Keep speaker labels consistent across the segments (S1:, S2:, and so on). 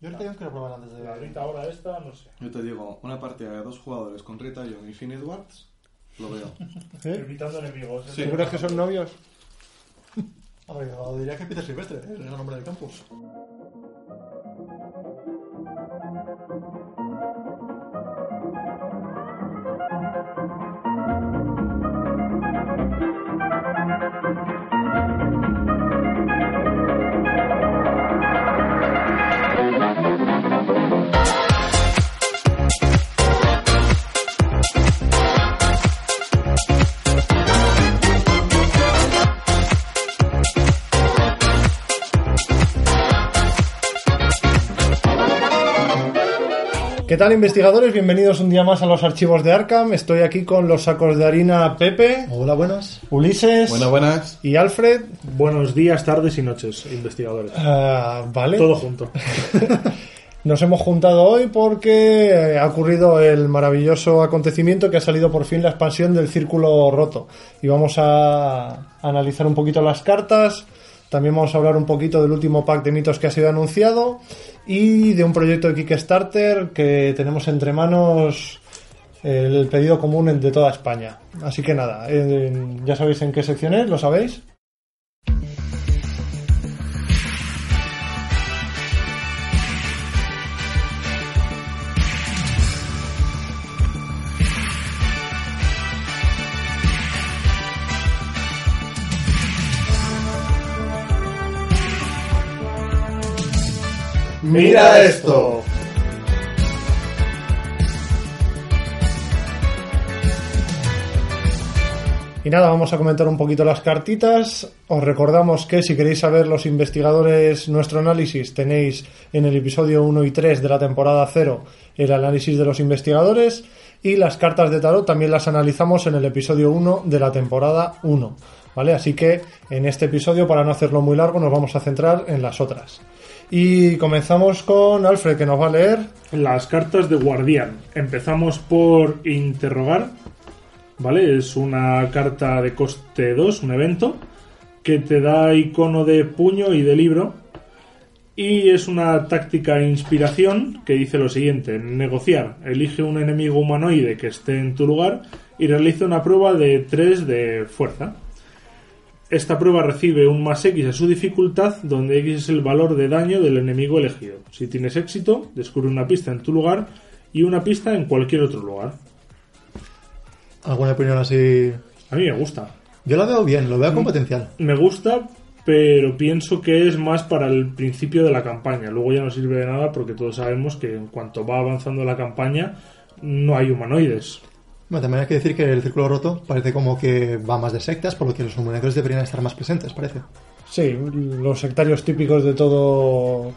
S1: Yo ahorita tengo que probar antes de.
S2: La Rita ahora esta, no sé.
S3: Yo te digo, una partida de dos jugadores con Rita Young y Finn Edwards, lo veo.
S4: ¿Eh?
S2: Evitando enemigos.
S3: Sí.
S4: ¿Seguro que son novios?
S1: Hombre, yo diría que Peter Silvestre, ¿eh? es el nombre del campus.
S4: ¿Qué tal investigadores? Bienvenidos un día más a los archivos de Arkham. Estoy aquí con los sacos de harina Pepe,
S1: Hola, buenas.
S4: Ulises
S3: Buenas, buenas.
S4: y Alfred.
S2: Buenos días, tardes y noches, investigadores.
S4: Ah, vale.
S2: Todo junto.
S4: Nos hemos juntado hoy porque eh, ha ocurrido el maravilloso acontecimiento que ha salido por fin la expansión del Círculo Roto. Y vamos a analizar un poquito las cartas. También vamos a hablar un poquito del último pack de mitos que ha sido anunciado y de un proyecto de Kickstarter que tenemos entre manos eh, el pedido común de toda España. Así que nada, eh, ya sabéis en qué sección es, lo sabéis.
S1: ¡Mira esto!
S4: Y nada, vamos a comentar un poquito las cartitas. Os recordamos que si queréis saber los investigadores nuestro análisis, tenéis en el episodio 1 y 3 de la temporada 0 el análisis de los investigadores y las cartas de tarot también las analizamos en el episodio 1 de la temporada 1. ¿Vale? Así que en este episodio, para no hacerlo muy largo, nos vamos a centrar en las otras. Y comenzamos con Alfred, que nos va a leer.
S2: Las cartas de guardián. Empezamos por interrogar. ¿Vale? Es una carta de coste 2, un evento, que te da icono de puño y de libro. Y es una táctica inspiración que dice lo siguiente, negociar, elige un enemigo humanoide que esté en tu lugar y realiza una prueba de 3 de fuerza. Esta prueba recibe un más X a su dificultad, donde X es el valor de daño del enemigo elegido. Si tienes éxito, descubre una pista en tu lugar y una pista en cualquier otro lugar.
S1: ¿Alguna opinión así?
S2: A mí me gusta.
S1: Yo la veo bien, lo veo con potencial.
S2: Me gusta, pero pienso que es más para el principio de la campaña. Luego ya no sirve de nada porque todos sabemos que en cuanto va avanzando la campaña, no hay humanoides.
S1: Bueno, también hay que decir que el círculo roto parece como que va más de sectas, por lo que los humanecos deberían estar más presentes, parece.
S4: Sí, los sectarios típicos de todo,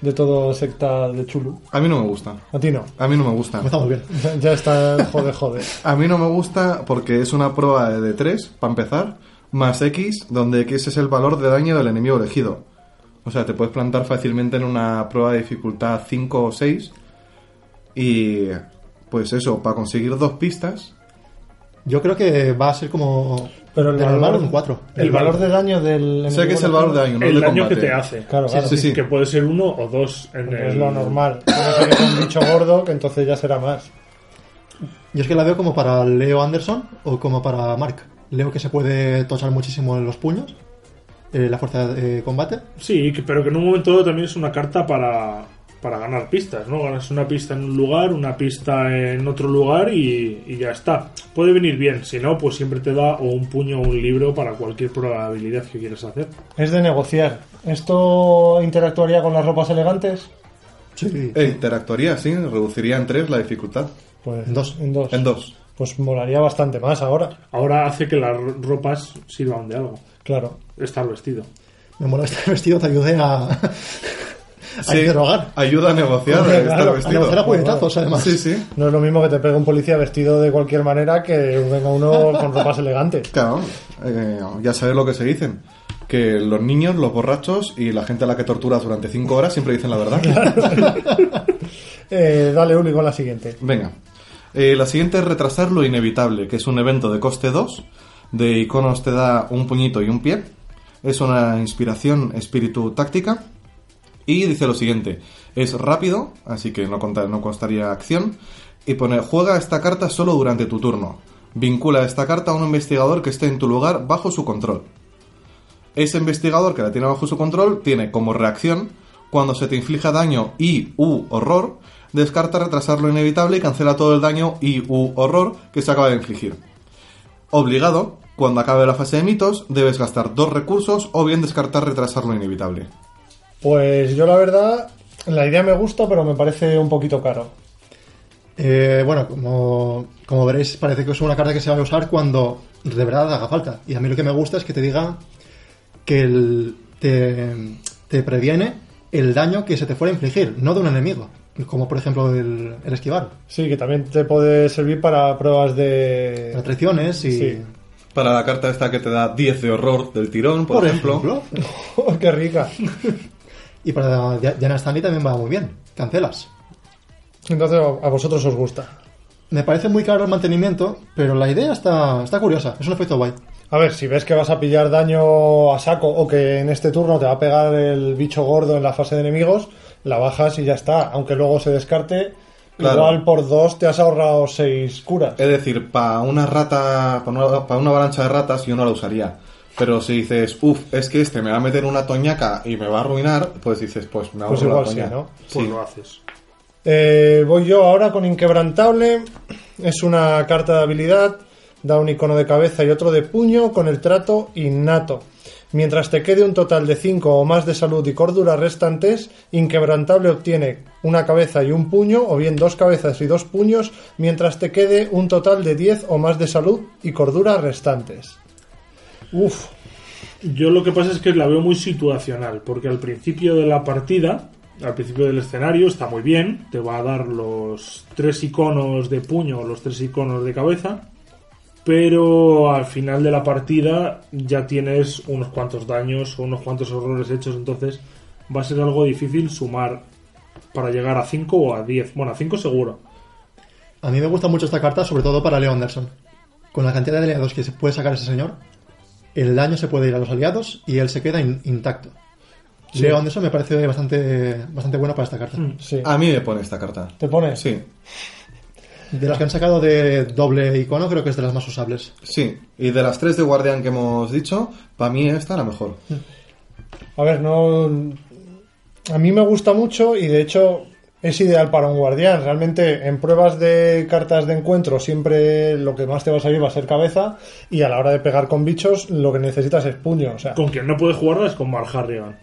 S4: de todo secta de Chulu.
S3: A mí no me gusta.
S4: A ti no.
S3: A mí no me gusta.
S1: Comenzamos bien.
S4: Ya- Ya está, jode, jode.
S3: A mí no me gusta porque es una prueba de D3, para empezar, más X, donde X es el valor de daño del enemigo elegido. O sea, te puedes plantar fácilmente en una prueba de dificultad 5 o 6. Y pues eso, para conseguir dos pistas,
S1: Yo creo que va a ser como.
S4: Pero el
S1: del
S4: valor-
S1: valor, un 4.
S4: El valor de daño del.
S3: sé que es el
S4: enemigo
S3: valor de daño, no
S2: el
S3: de
S2: daño
S3: combate.
S2: que te hace.
S4: Claro, claro.
S3: Sí, sí.
S2: Que puede ser uno o dos en
S4: Porque
S2: el-
S4: Es lo normal. Yo no sé que es un bicho gordo, que entonces ya será más.
S1: Yo es que la veo como para Leo Anderson o como para Mark. Leo que se puede tochar muchísimo en los puños, eh, la fuerza de combate.
S2: Sí, que- pero que en un momento dado también es una carta para, para ganar pistas, ¿no? Ganas una pista en un lugar, una pista en otro lugar y, y ya está. Puede venir bien, si no, pues siempre te da o un puño o un libro para cualquier probabilidad que quieras hacer.
S4: Es de negociar. ¿Esto interactuaría con las ropas elegantes?
S1: Sí.
S3: eh, interactuaría, sí, reduciría en 3 la dificultad.
S4: Pues
S1: En dos.
S4: En dos.
S3: En 2.
S4: Pues molaría bastante más ahora.
S2: Ahora hace que las ro- ropas sirvan de algo.
S4: Claro.
S2: Estar vestido.
S1: Me mola este vestido, te ayude a. a interrogar.
S3: Ayuda a negociar
S4: Hombre,
S3: eh, estar
S4: claro, a
S1: A negociar a
S3: vestido.
S1: puñetazos, además.
S3: Sí, sí.
S4: No es lo mismo que te pegue un policía vestido de cualquier manera que venga uno con ropas elegantes.
S3: Claro, eh, ya sabes lo que se dicen. Que los niños, los borrachos y la gente a la que torturas durante 5 horas siempre dicen la verdad.
S4: Eh, dale, Uli, con la siguiente.
S3: Venga. Eh, la siguiente es retrasar lo inevitable, que es un evento de coste 2. De iconos te da un puñito y un pie. Es una inspiración espíritu táctica. Y dice lo siguiente. Es rápido, así que no, conta- no constaría acción. Y pone, juega esta carta solo durante tu turno. Vincula esta carta a un investigador que esté en tu lugar bajo su control. Ese investigador que la tiene bajo su control tiene como reacción, cuando se te inflija daño y u horror, descarta retrasar lo inevitable y cancela todo el daño y u horror que se acaba de infligir. Obligado, cuando acabe la fase de mitos, debes gastar dos recursos o bien descartar retrasar lo inevitable.
S4: Pues yo la verdad, la idea me gusta, pero me parece un poquito caro.
S1: Eh, bueno, como, como veréis, parece que es una carta que se va a usar cuando de verdad haga falta. Y a mí lo que me gusta es que te diga que el- te, te previene el daño que se te fuera a infligir, no de un enemigo, como por ejemplo el, el esquivar.
S4: Sí, que también te puede servir para pruebas de...
S1: Las traiciones y...
S4: Sí.
S3: Para la carta esta que te da 10 de horror del tirón, por, ejemplo.
S4: ¡Oh, ¡Qué rica!
S1: Y para Diana Stanley también va muy bien. Cancelas.
S4: Entonces a a vosotros os gusta.
S1: Me parece muy caro el mantenimiento, pero la idea está, está curiosa. Es un efecto guay.
S4: A ver, si ves que vas a pillar daño a saco o que en este turno te va a pegar el bicho gordo en la fase de enemigos, la bajas y ya está. Aunque luego se descarte,
S3: Claro.
S4: igual por dos te has ahorrado seis curas.
S3: Es decir, para una rata, para una, pa' una avalancha de ratas yo no la usaría. Pero si dices, uff, es que este me va a meter una toñaca y me va a arruinar, pues dices, pues me ahorro
S4: Pues igual
S3: la
S4: sí,
S3: toña.
S4: ¿no?
S2: Pues
S3: Sí.
S2: lo haces.
S4: Eh, voy yo ahora con Inquebrantable. Es una carta de habilidad. Da un icono de cabeza y otro de puño con el trato innato. Mientras te quede un total de 5 o más de salud y cordura restantes, Inquebrantable obtiene una cabeza y un puño, o bien dos cabezas y dos puños, mientras te quede un total de 10 o más de salud y cordura restantes. Uf,
S2: Yo lo que pasa es que la veo muy situacional, porque al principio de la partida, al principio del escenario, está muy bien, te va a dar los tres iconos de puño o los tres iconos de cabeza, pero al final de la partida ya tienes unos cuantos daños o unos cuantos horrores hechos, entonces va a ser algo difícil sumar para llegar a 5 o a 10. Bueno, a 5 seguro.
S1: A mí me gusta mucho esta carta, sobre todo para Leo Anderson. Con la cantidad de aliados que se puede sacar ese señor, el daño se puede ir a los aliados y él se queda in- intacto. Leo Anderson me parece bastante, bastante bueno para esta carta.
S4: sí.
S3: A mí me pone esta carta.
S4: ¿Te pones?
S3: Sí,
S1: De las que han sacado de doble icono, creo que es de las más usables.
S3: sí. Y de las tres de guardián que hemos dicho, para mí esta la mejor.
S4: A ver, no. A mí me gusta mucho y de hecho es ideal para un guardián. Realmente en pruebas de cartas de encuentro siempre lo que más te va a salir va a ser cabeza y a la hora de pegar con bichos lo que necesitas es puño. O sea,
S2: Con quien no puedes jugarla es con Mark Harrigan.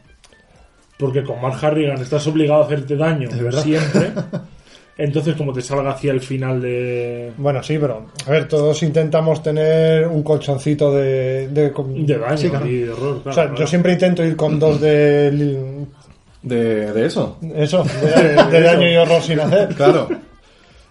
S2: Porque con Mark Harrigan estás obligado a hacerte daño
S1: Es verdad.
S2: siempre. Entonces, como te salga hacia el final de,
S4: bueno, sí, pero a ver, todos intentamos tener un colchoncito de. de- con-
S2: de daño
S1: Sí, claro.
S2: y de horror, claro,
S4: o sea,
S2: claro.
S4: yo siempre intento ir con dos de. li-
S3: De, de eso.
S4: Eso, de, de daño y horror sin hacer.
S3: Claro.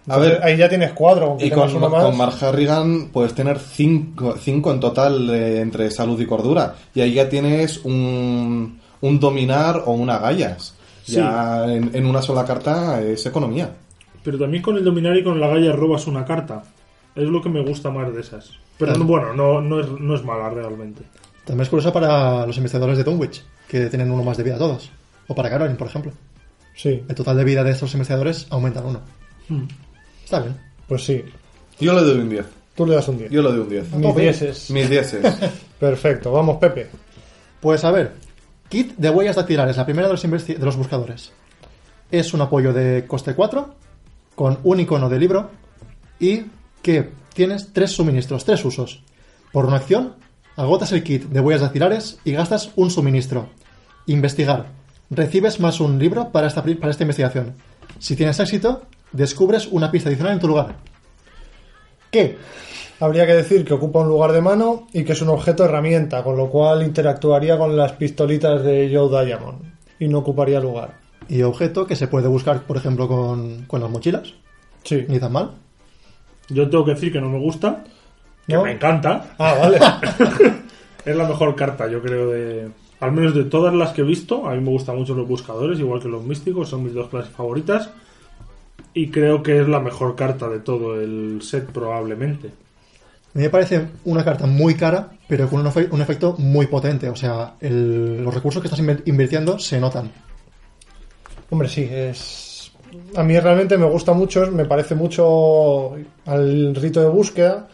S3: A ver,
S4: ahí ya tienes cuatro, aunque
S3: Y
S4: tengas
S3: con,
S4: uno más.
S3: con Mark Harrigan puedes tener 5 en total eh, entre salud y cordura. Y ahí ya tienes un, un dominar o un agallas.
S2: Sí.
S3: Ya en, en una sola carta es economía.
S2: Pero también con el dominar y con la galla robas una carta. Es lo que me gusta más de esas. Pero
S1: Claro.
S2: bueno, no, no, es, no es mala realmente.
S1: También es curiosa para los investigadores de Dunwich, que tienen uno más de vida todos. O para Caroline, por ejemplo.
S4: Sí,
S1: El total de vida de estos investigadores aumenta a uno.
S2: Hmm.
S1: Está bien.
S4: pues sí.
S3: Yo le doy un 10.
S4: Tú le das un 10.
S3: Yo le doy un 10.
S4: Mis dieces.
S3: Mis 10.
S4: Perfecto, vamos Pepe.
S1: Pues a ver, Kit de huellas dactilares, la primera de los, investi- de los buscadores. Es un apoyo de coste 4, con un icono de libro, y que tienes tres suministros, tres usos. Por una acción, agotas el kit de huellas dactilares y gastas un suministro. Investigar. Recibes más un libro para esta, pri- para esta investigación. Si tienes éxito, descubres una pista adicional en tu lugar.
S4: ¿Qué? Habría que decir que ocupa un lugar de mano y que es un objeto herramienta, con lo cual interactuaría con las pistolitas de Joe Diamond y no ocuparía lugar.
S1: Y objeto que se puede buscar, por ejemplo, con, con las mochilas.
S4: Sí.
S1: Ni tan mal.
S2: Yo tengo que decir que no me gusta, que
S4: ¿No?
S2: me encanta.
S4: Ah, vale.
S2: Es la mejor carta, yo creo, de. Al menos de todas las que he visto, a mí me gustan mucho los buscadores, igual que los místicos, son mis dos clases favoritas. Y creo que es la mejor carta de todo el set, probablemente.
S1: A mí me parece una carta muy cara, pero con un, efe- un efecto muy potente. O sea, el- los recursos que estás inver- invirtiendo se notan.
S4: Hombre, sí, es. A mí realmente me gusta mucho, me parece mucho al rito de búsqueda.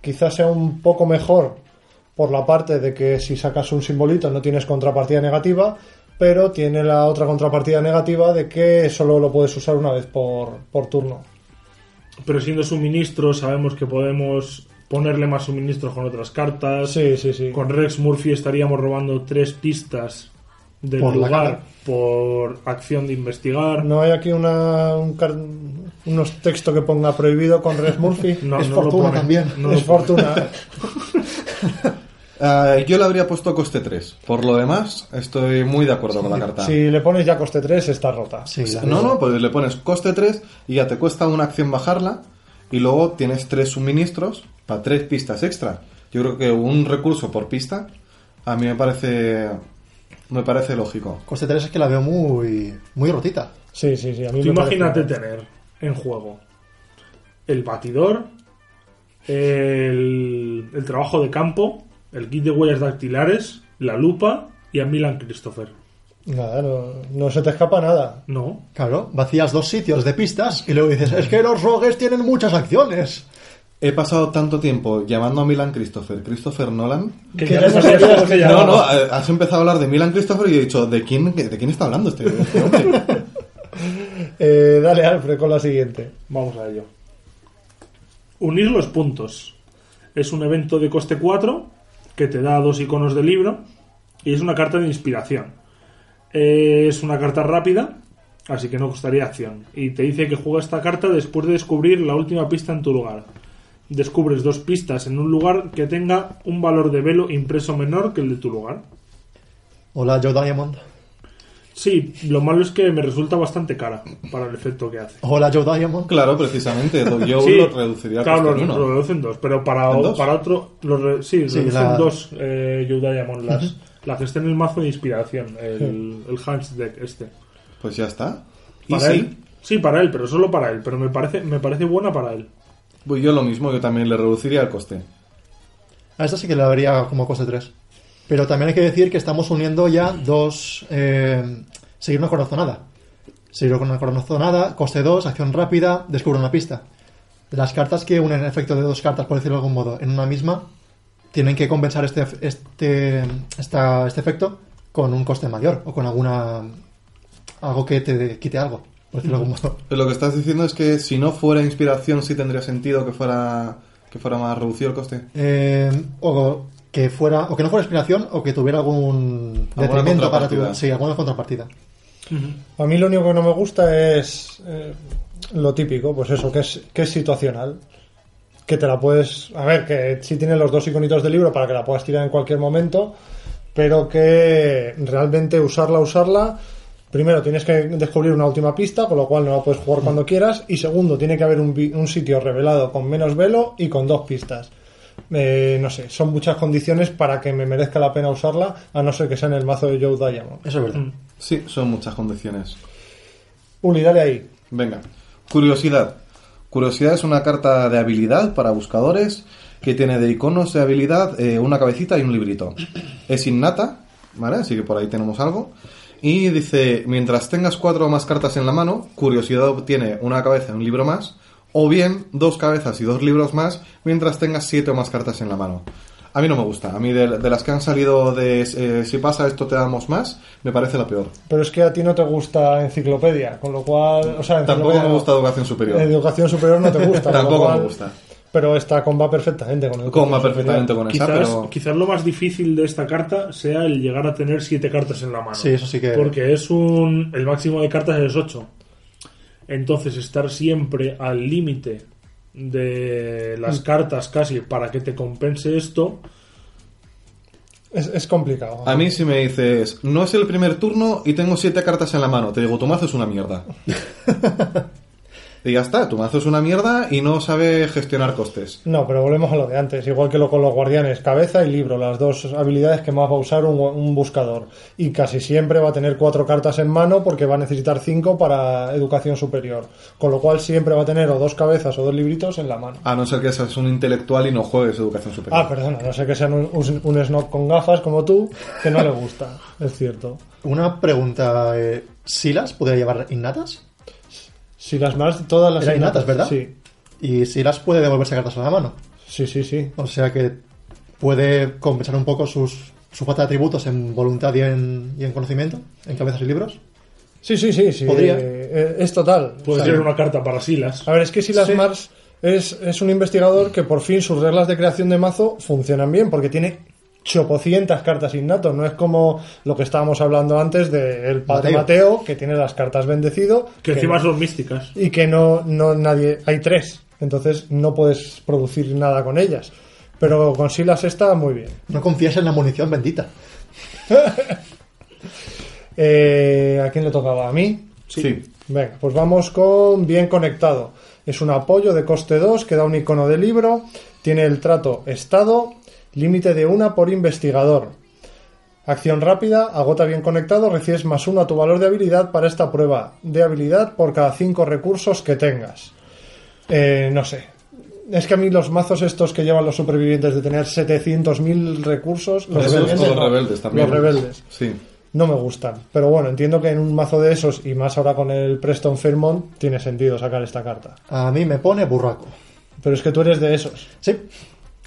S4: Quizás sea un poco mejor por la parte de que si sacas un simbolito no tienes contrapartida negativa, pero tiene la otra contrapartida negativa de que solo lo puedes usar una vez por, por turno.
S2: Pero siendo suministro, sabemos que podemos ponerle más suministros con otras cartas.
S4: Sí, sí, sí.
S2: Con Rex Murphy estaríamos robando tres pistas del
S1: Por la
S2: lugar
S1: cara.
S2: por acción de investigar.
S4: No hay aquí una, un car- unos textos que ponga prohibido con Res Murphy.
S2: No,
S1: Es
S2: no lo
S1: fortuna
S2: pone,
S1: también,
S2: no lo
S4: es
S2: pone.
S4: fortuna.
S3: Ah, yo le habría puesto coste 3. Por lo demás, estoy muy de acuerdo con la carta.
S4: si le pones ya coste 3, está rota.
S1: Sí, la
S3: No,
S1: verdad.
S3: no, pues le pones coste 3 y ya te cuesta una acción bajarla y luego tienes tres suministros para tres pistas extra. Yo creo que un recurso por pista a mí me parece me parece lógico.
S1: Coste 3 es que la veo muy, muy rotita.
S4: Sí, sí, sí. A mí
S2: Tú
S4: me parece-
S2: imagínate tener en juego el batidor, el, el trabajo de campo, el kit de huellas dactilares, la lupa y a Milan Christopher.
S4: Nada, no, no se te escapa nada.
S2: No,
S1: Claro, vacías dos sitios de pistas y luego dices, es que los rogues tienen muchas acciones.
S3: He pasado tanto tiempo llamando a Milan Christopher, Christopher Nolan.
S2: que
S4: Que
S2: ya
S4: ya
S2: no
S4: no
S2: sabías
S4: sabías
S2: por qué
S4: que
S2: llamaba.
S3: No, no, eh, has empezado a hablar de Milan Christopher y he dicho, ¿de quién, de quién está hablando este, este hombre?
S4: Eh, dale, Alfred, con la siguiente.
S2: Vamos a ello. Unir los puntos. Es un evento de coste 4 que te da dos iconos de libro y es una carta de inspiración. Eh, Es una carta rápida, así que no costaría acción. Y te dice que juega esta carta después de descubrir la última pista en tu lugar. Descubres dos pistas en un lugar que tenga un valor de velo impreso menor que el de tu lugar.
S1: Hola, Joe Diamond.
S2: Sí, lo malo es que me resulta bastante cara para el efecto que hace.
S1: Hola, Joe Diamond.
S3: Claro, precisamente, yo
S2: Sí,
S3: lo reduciría a
S2: claro,
S3: coste
S2: lo-
S3: uno.
S2: lo reducen dos, pero para,
S3: ¿En dos?
S2: para otro, lo re- sí,
S1: Sí,
S2: reducen
S1: la-
S2: dos eh, Yoda Diamond, las, la que está en el mazo de este inspiración, el, el Hans Deck este.
S3: Pues ya está.
S2: Para
S3: Easy.
S2: él, sí, para él, pero solo para él, pero me parece, me parece buena para él.
S3: Pues yo lo mismo, yo también le reduciría el coste.
S1: A esta sí que la vería como coste 3. Pero también hay que decir que estamos uniendo ya dos... Eh, seguir una corazonada. Seguir una corazonada, coste 2, acción rápida, descubre una pista. Las cartas que unen el efecto de dos cartas, por decirlo de algún modo, en una misma, tienen que compensar este, este, esta- este efecto con un coste mayor o con alguna... algo que te quite algo, por decirlo de algún modo.
S3: Lo que estás diciendo es que si no fuera inspiración sí tendría sentido que fuera que fuera más reducido el coste.
S1: Eh, o que fuera o que no fuera inspiración o que tuviera algún
S3: Alguna
S1: detrimento para tu
S3: contrapartida.
S1: sí, alguna contrapartida
S4: A mí lo único que no me gusta es eh, lo típico, pues eso, que es, que es situacional. Que te la puedes. A ver, que sí tiene los dos iconitos de libro para que la puedas tirar en cualquier momento, pero que realmente usarla, usarla. Primero, tienes que descubrir una última pista, con lo cual no la puedes jugar cuando quieras. Y segundo, tiene que haber un, vi- un sitio revelado con menos velo y con dos pistas. Eh, no sé, son muchas condiciones para que me merezca la pena usarla, a no ser que sea en el mazo de Joe Diamond.
S1: eso es verdad
S3: Mm. Sí, son muchas condiciones.
S4: Uli, dale ahí.
S3: Venga. Curiosidad. Curiosidad es una carta de habilidad para buscadores que tiene de iconos de habilidad eh, una cabecita y un librito. Es innata, ¿vale? Así que por ahí tenemos algo. Y dice, mientras tengas cuatro o más cartas en la mano, curiosidad obtiene una cabeza y un libro más, o bien dos cabezas y dos libros más, mientras tengas siete o más cartas en la mano. A mí no me gusta. A mí de, de las que han salido de eh, si pasa esto te damos más, me parece la peor.
S4: Pero es que a ti no te gusta enciclopedia, con lo cual. O sea,
S3: Tampoco
S4: enciclopedia
S3: me
S4: no.
S3: gusta educación superior.
S4: Educación superior no te gusta. con lo
S3: Tampoco
S4: cual-
S3: me gusta.
S4: Pero esta comba perfectamente con el
S3: Comba perfectamente con esa,
S2: Quizás,
S3: pero
S2: quizás lo más difícil de esta carta sea el llegar a tener siete cartas en la mano.
S1: Sí, eso sí que-
S2: Porque es un. El máximo de cartas es 8. Entonces, estar siempre al límite de
S1: Mm.
S2: las cartas casi para que te compense esto.
S4: Es, es complicado.
S3: a mí si me dices, no es el primer turno y tengo siete cartas en la mano, te digo, tu mazo es una mierda. Y ya está, tu mazo es una mierda y no sabe gestionar costes.
S4: No, pero volvemos a lo de antes, igual que lo con los guardianes, cabeza y libro, las dos habilidades que más va a usar un, un buscador. Y casi siempre va a tener cuatro cartas en mano porque va a necesitar cinco para educación superior. Con lo cual siempre va a tener o dos cabezas o dos libritos en la mano.
S3: A no ser que seas un intelectual y no juegues educación superior.
S4: Ah, perdona, no sé que sean un, un, un snob con gafas como tú, que no le gusta, es cierto.
S1: Una pregunta, eh, ¿Silas podría llevar innatas?
S4: Si las más, todas las
S1: Eran innatas, ¿verdad?
S4: Sí,
S1: Y Silas puede devolverse cartas a la mano.
S4: sí, sí, sí.
S1: O sea que puede compensar un poco sus, su falta de atributos en voluntad y en, y en conocimiento, en cabezas y libros.
S4: Sí, sí, sí, sí.
S1: Podría. Pues
S4: eh, eh, es total.
S2: Puede
S4: O sea,
S2: ser una carta para Silas.
S1: Ah,
S4: A ver, es que Silas Mars es, es un investigador que por fin sus reglas de creación de mazo funcionan bien, porque tiene chopocientas cartas innato. No es como lo que estábamos hablando antes del padre Mateo.
S1: Mateo.
S4: que tiene las cartas bendecido.
S2: Que encima son místicas.
S4: Y que no, no nadie. Hay tres. Entonces no puedes producir nada con ellas. Pero con Silas está muy bien.
S1: No confías en la munición bendita.
S4: Eh, ¿A quién le tocaba? ¿A mí?
S3: sí.
S4: Venga, pues vamos con Bien Conectado. Es un apoyo de coste 2 que da un icono de libro. Tiene el trato estado, límite de una por investigador. Acción rápida, agota bien conectado, recibes más uno a tu valor de habilidad para esta prueba de habilidad por cada cinco recursos que tengas. Eh, no sé. Es que a mí los mazos estos que llevan los supervivientes de tener 700.000 recursos, los
S3: Esos
S4: rebeldes,
S3: son los
S4: no.
S3: rebeldes también.
S4: Los rebeldes
S3: Sí.
S4: no me gustan. Pero bueno, entiendo que en un mazo de esos, y más ahora con el Preston Fairmont, tiene sentido sacar esta carta.
S1: A mí me pone burraco.
S4: Pero es que tú eres de esos.
S1: Sí,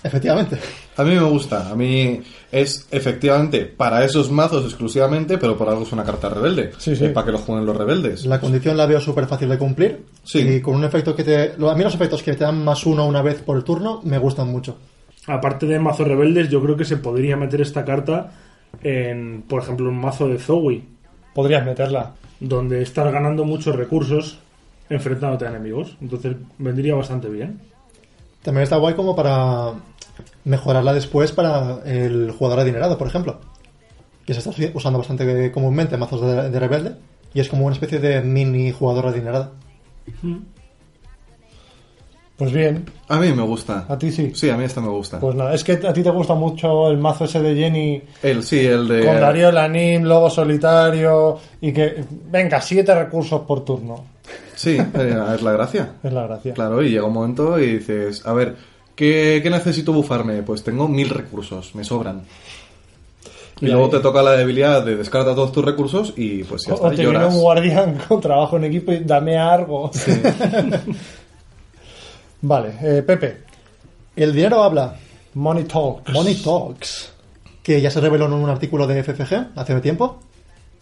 S1: efectivamente.
S3: A mí me gusta, a mí es efectivamente para esos mazos exclusivamente, pero por algo es una carta rebelde.
S4: Sí, sí.
S3: Eh, para que lo jueguen los rebeldes.
S1: La condición la veo súper fácil de cumplir.
S3: Sí.
S1: Y con un efecto que te. lo- A mí los efectos que te dan más uno una vez por turno me gustan mucho.
S2: Aparte de mazos rebeldes, yo creo que se podría meter esta carta en, por ejemplo, un mazo de Zoe,
S4: Podrías meterla.
S2: donde estás ganando muchos recursos enfrentándote a enemigos. Entonces vendría bastante bien.
S1: También está guay como para mejorarla después para el jugador adinerado, por ejemplo. Que se está usi- usando bastante comúnmente en mazos de, de rebelde. Y es como una especie de mini jugador adinerado.
S4: Pues bien,
S3: A mí me gusta.
S4: a ti sí.
S3: Sí, a mí esta me gusta.
S4: Pues nada, es que a ti te gusta mucho el mazo ese de Jenny
S3: el, sí, el de...
S4: con Darío Lanim, Lobo Solitario y que venga, siete recursos por turno.
S3: Sí, eh, es la gracia.
S4: Es la gracia.
S3: Claro, y llega un momento y dices, a ver, ¿qué, qué necesito bufarme? Pues tengo mil recursos, me sobran. Y,
S4: Y
S3: luego
S4: ahí-
S3: te toca la debilidad de descarta todos tus recursos y pues
S4: eh,
S3: ya
S4: O- o
S3: está,
S4: te viene
S3: lloras.
S4: un guardián con trabajo en equipo y dame algo. vale, eh, Pepe,
S1: El dinero habla.
S4: Money Talk.
S1: Money Talks. Que ya se reveló en un artículo de FFG hace tiempo.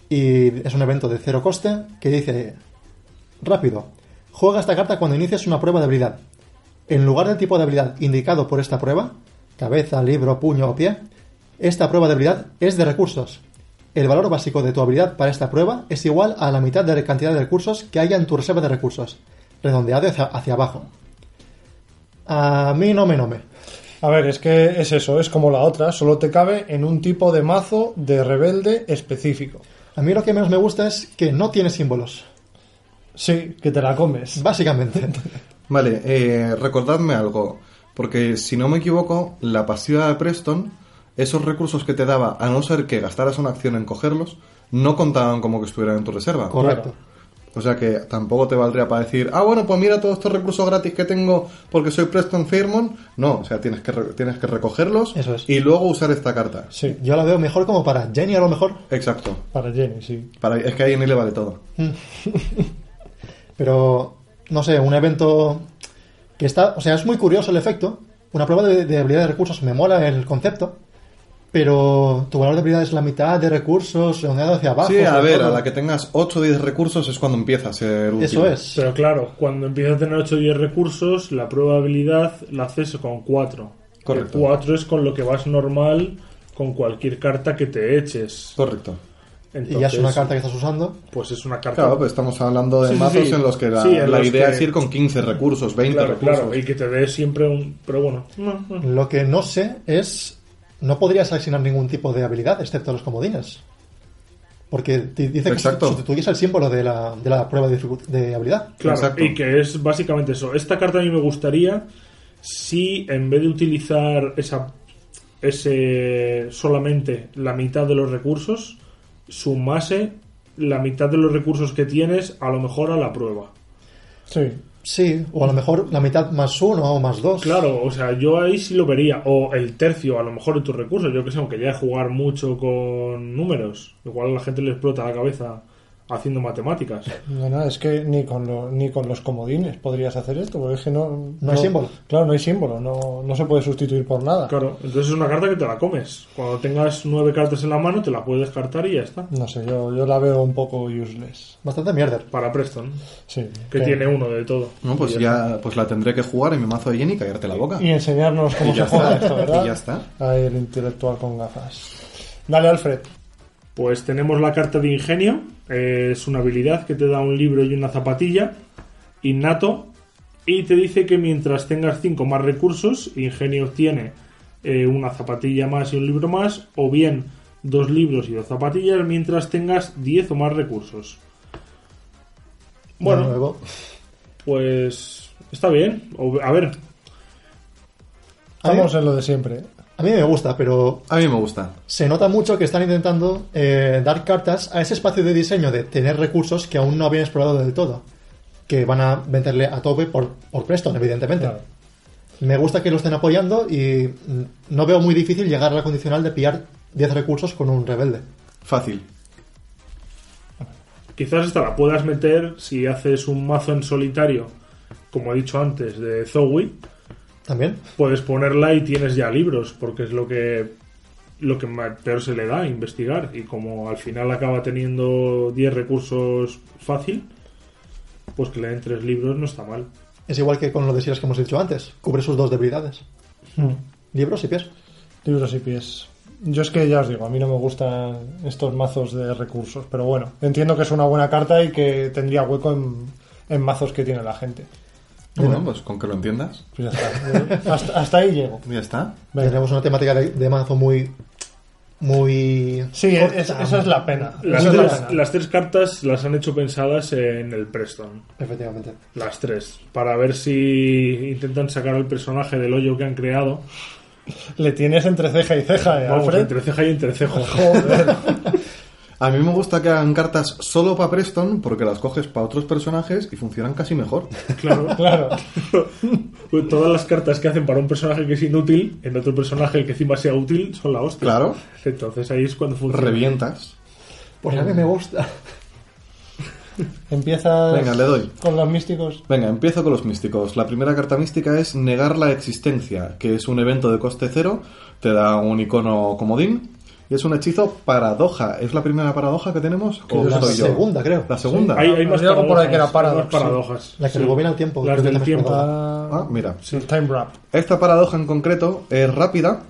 S1: Y es un evento de cero coste que dice: Rápido. Juega esta carta cuando inicies una prueba de habilidad. En lugar del tipo de habilidad indicado por esta prueba, cabeza, libro, puño o pie, esta prueba de habilidad es de recursos. El valor básico de tu habilidad para esta prueba es igual a la mitad de la cantidad de recursos que haya en tu reserva de recursos, redondeado hacia, hacia abajo. A mí no me nome.
S4: A ver, es que es eso, es como la otra, solo te cabe en un tipo de mazo de rebelde específico.
S1: A mí lo que menos me gusta es que no tiene símbolos,
S4: Sí, que te la comes.
S1: básicamente.
S3: Vale, eh, recordadme algo, porque si no me equivoco, la pasiva de Preston, esos recursos que te daba, a no ser que gastaras una acción en cogerlos, no contaban como que estuvieran en tu reserva.
S1: Correcto.
S3: O sea que tampoco te valdría para decir, ah, bueno, pues mira todos estos recursos gratis que tengo porque soy Preston Fairmont. No, o sea, tienes que, re- tienes que recogerlos
S1: Eso es.
S3: y luego usar esta carta.
S4: Sí,
S1: Yo la veo mejor como para Jenny a lo mejor,
S3: Exacto.
S4: para Jenny, sí.
S3: Para, es que a Jenny le vale todo.
S1: pero no sé, un evento que está, o sea, es muy curioso el efecto. Una prueba de, de habilidad de recursos me mola el concepto, pero tu valor de habilidad es la mitad de recursos redondeado hacia abajo.
S3: sí, a
S1: sobre
S3: ver,
S1: todo.
S3: a la que tengas 8 o 10 recursos es cuando empieza a ser útil.
S1: Eso es.
S2: Pero claro, cuando empiezas a tener 8 o 10 recursos, la prueba de habilidad la haces con 4.
S3: Correcto.
S2: 4 es con lo que vas normal con cualquier carta que te eches.
S3: Correcto.
S2: Entonces,
S1: Y ya es una carta que estás usando.
S2: Pues es una carta.
S3: Claro, pues estamos hablando de
S2: Sí, sí,
S3: mazos
S2: sí.
S3: en los que la,
S2: Sí, en
S3: la
S2: los
S3: idea
S2: que-
S3: es ir con 15 recursos, 20
S2: Claro,
S3: recursos.
S2: claro, y que te dé siempre un. Pero bueno, no, no.
S1: Lo que no sé es, no podrías asignar ningún tipo de habilidad excepto los comodines. Porque te dice
S3: Exacto.
S1: que sustituyes el símbolo de la, de la prueba de, dificu- de habilidad.
S2: Claro,
S3: Exacto.
S2: y que es básicamente eso. Esta carta a mí me gustaría si en vez de utilizar esa ese solamente la mitad de los recursos, sumase la mitad de los recursos que tienes a lo mejor a la prueba.
S4: Sí.
S1: Sí, o a lo mejor la mitad más uno o más dos.
S2: Claro, o sea, yo ahí sí lo vería. O el tercio, a lo mejor, de tus recursos. Yo que sé, aunque ya he jugar mucho con números. Igual a la gente le explota la cabeza haciendo matemáticas.
S4: No, no, es que ni con, lo- ni con los comodines podrías hacer esto, porque es que no...
S1: No hay símbolo.
S4: Claro, no hay símbolo, no, no se puede sustituir por nada.
S2: Claro, entonces es una carta que te la comes. Cuando tengas nueve cartas en la mano, te la puedes descartar y ya está.
S4: No sé, yo, yo la veo un poco useless.
S1: Bastante mierder.
S2: Para Preston,
S4: Sí.
S2: que
S4: Pero-
S2: tiene uno de todo.
S3: No, pues ya pues la tendré que jugar en mi mazo de Jenny y callarte la boca.
S4: Y enseñarnos cómo
S3: Y ya
S4: se juega
S3: está.
S4: esto, ¿verdad?
S3: Y ya está.
S4: Ahí el intelectual con gafas. Dale, Alfred.
S2: Pues tenemos la carta de ingenio. eh, es una habilidad que te da un libro y una zapatilla. Innato. Y te dice que mientras tengas cinco más recursos, ingenio obtiene eh, una zapatilla más y un libro más. O bien dos libros y dos zapatillas mientras tengas 10 o más recursos. Bueno,
S1: De nuevo,
S2: Pues está bien. O- A ver,
S1: A mí,
S4: Estamos en lo de siempre.
S1: a mí me gusta, pero
S3: A mí me gusta.
S1: se nota mucho que están intentando eh, dar cartas a ese espacio de diseño de tener recursos que aún no habían explorado del todo. Que van a venderle a tope por, por Preston, evidentemente.
S4: Claro.
S1: Me gusta que lo estén apoyando y mm, no veo muy difícil llegar a la condicional de pillar 10 recursos con un rebelde.
S3: Fácil.
S2: quizás esta la puedas meter si haces un mazo en solitario, como he dicho antes, de Zoe.
S1: También.
S2: Puedes ponerla y tienes ya libros, porque es lo que lo que ma- peor se le da, investigar. Y como al final acaba teniendo 10 recursos fácil, pues que le den 3 libros no está mal.
S1: Es igual que con lo de Silas que hemos dicho antes. Cubre sus dos debilidades.
S4: Mm.
S1: Libros y pies.
S4: Libros y pies. Yo es que ya os digo, a mí no me gustan estos mazos de recursos, pero bueno, entiendo que es una buena carta y que tendría hueco en, en mazos que tiene la gente.
S3: Bueno, pues con que lo entiendas.
S4: Pues ya está. Yo- hasta, hasta ahí llego.
S3: Ya está.
S4: Venga.
S1: Tenemos una temática de, de mazo muy... Muy...
S4: Sí,
S1: corta.
S4: es- esa es la pena.
S2: Las,
S4: Esa es la
S2: tres-
S4: pena.
S2: las tres cartas las han hecho pensadas en el Preston.
S1: Efectivamente.
S2: Las tres. Para ver si intentan sacar al personaje del hoyo que han creado.
S4: Le tienes entre ceja y ceja, eh,
S2: Vamos,
S4: Alfred.
S2: entre ceja y entre cejo.
S4: Joder.
S3: A mí me gusta que hagan cartas solo para Preston porque las coges para otros personajes y funcionan casi mejor.
S2: claro.
S4: claro.
S2: Pues Todas las cartas que hacen para un personaje que es inútil, en otro personaje el que encima sea útil, son la hostia.
S3: Claro.
S2: Entonces ahí es cuando funciona.
S3: Revientas.
S1: Pues
S4: Mm.
S1: a mí me gusta.
S4: Empiezas
S3: Venga, le doy.
S4: con los místicos.
S3: Venga, empiezo con los místicos. La primera carta mística es Negar la Existencia, que es un evento de coste cero, te da un icono comodín y es un hechizo paradoja. ¿Es la primera paradoja que tenemos? ¿O
S1: La
S3: soy yo?
S1: segunda, creo.
S3: La segunda.
S2: Hay, hay más
S4: Había algo por ahí
S2: paradojas,
S4: que era
S2: hay más
S4: paradox, sí.
S2: paradojas.
S1: La que
S2: Sí.
S1: rebobina el
S2: Las
S1: tiempo. creo que
S2: del
S1: también es
S2: tiempo.
S1: paradoja.
S4: Ah,
S3: Ah, mira.
S4: el time wrap.
S3: Esta paradoja en concreto es rápida.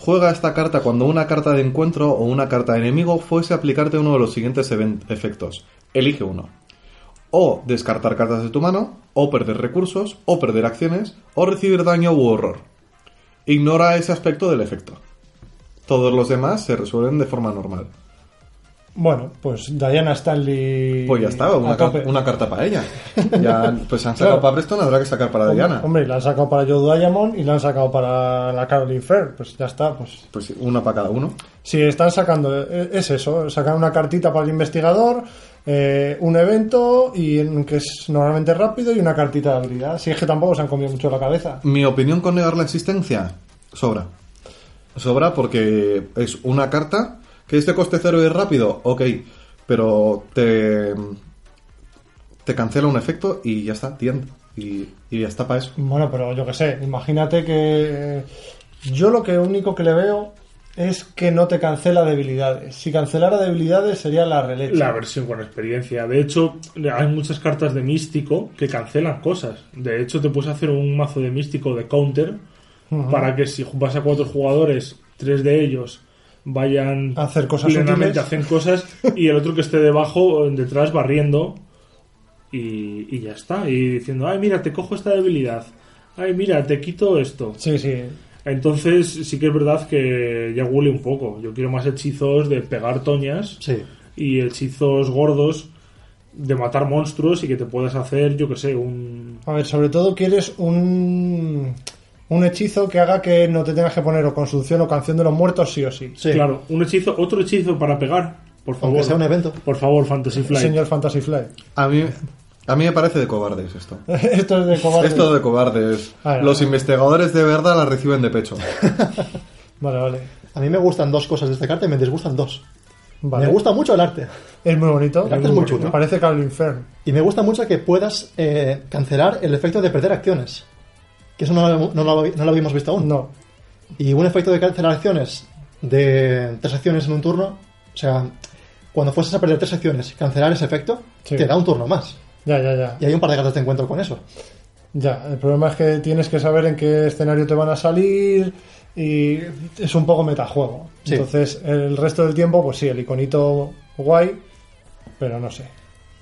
S3: Juega esta carta cuando una carta de encuentro o una carta de enemigo fuese a aplicarte uno de los siguientes even- efectos. Elige uno. O descartar cartas de tu mano, o perder recursos, o perder acciones, o recibir daño u horror. Ignora ese aspecto del efecto. Todos los demás se resuelven de forma normal.
S4: Bueno, pues Diana Stanley.
S3: Pues ya está,
S4: a
S3: una, car-
S4: tope.
S3: una carta para ella. Ya, pues han sacado
S4: Claro.
S3: para Preston, habrá que sacar para Diana.
S4: Hombre, la han sacado para Joe Diamond y la han sacado para la Caroline Fair. Pues ya está, pues.
S3: Pues una para cada uno.
S4: Si están sacando, eh, es eso, sacan una cartita para el investigador, eh, un evento y en- que es normalmente rápido y una cartita de habilidad. Si es que tampoco se han comido mucho la cabeza.
S3: Mi opinión con negar la existencia sobra. Sobra porque es una carta que es de coste cero y rápido, ok, pero te te cancela un efecto y ya está, tienda. Y, y ya está para eso.
S4: Bueno, pero yo qué sé, imagínate que yo lo que único que le veo es que no te cancela debilidades. Si cancelara debilidades sería la releche.
S2: La versión con experiencia. De hecho, hay muchas cartas de místico que cancelan cosas. De hecho, te puedes hacer un mazo de místico de counter para que si vas a cuatro jugadores, tres de ellos vayan
S4: A hacer cosas
S2: plenamente
S4: útiles.
S2: hacen cosas y el otro que esté debajo o detrás barriendo y, y ya está. Y diciendo, ay, mira, te cojo esta debilidad. Ay, mira, te quito esto.
S4: Sí, sí.
S2: Entonces sí que es verdad que ya huele un poco. Yo quiero más hechizos de pegar toñas
S1: Sí.
S2: y hechizos gordos de matar monstruos y que te puedas hacer, yo que sé, un...
S4: A ver, sobre todo quieres un, un hechizo que haga que no te tengas que poner o consunción o canción de los muertos sí o sí.
S1: Sí,
S2: Claro, un hechizo, otro hechizo para pegar, por favor.
S1: aunque sea un evento.
S2: Por favor, Fantasy Flight.
S4: Señor Fantasy Fly.
S3: A mí, a mí me parece de cobardes esto.
S4: Esto es de cobarde.
S3: Esto de cobardes.
S4: Ah, no.
S3: Los investigadores de verdad la reciben de pecho.
S4: Vale, vale.
S1: A mí me gustan dos cosas de esta carta y me disgustan dos.
S4: Vale.
S1: Me gusta mucho el arte.
S4: Es muy bonito.
S1: El arte es muy chulo.
S4: Me Parece Carl Infern.
S1: Y me gusta mucho que puedas eh, cancelar el efecto de perder acciones. Que eso no, lo- no lo, no lo habíamos visto aún.
S4: No.
S1: Y un efecto de cancelar acciones de tres acciones en un turno. O sea, cuando fueses a perder tres acciones, cancelar ese efecto
S4: Sí.
S1: te da un turno más.
S4: Ya, ya, ya.
S1: Y hay un par de cartas de encuentro con eso.
S4: Ya, el problema es que tienes que saber en qué escenario te van a salir y es un poco metajuego.
S1: Sí.
S4: Entonces, el resto del tiempo, pues sí, el iconito guay, pero no sé.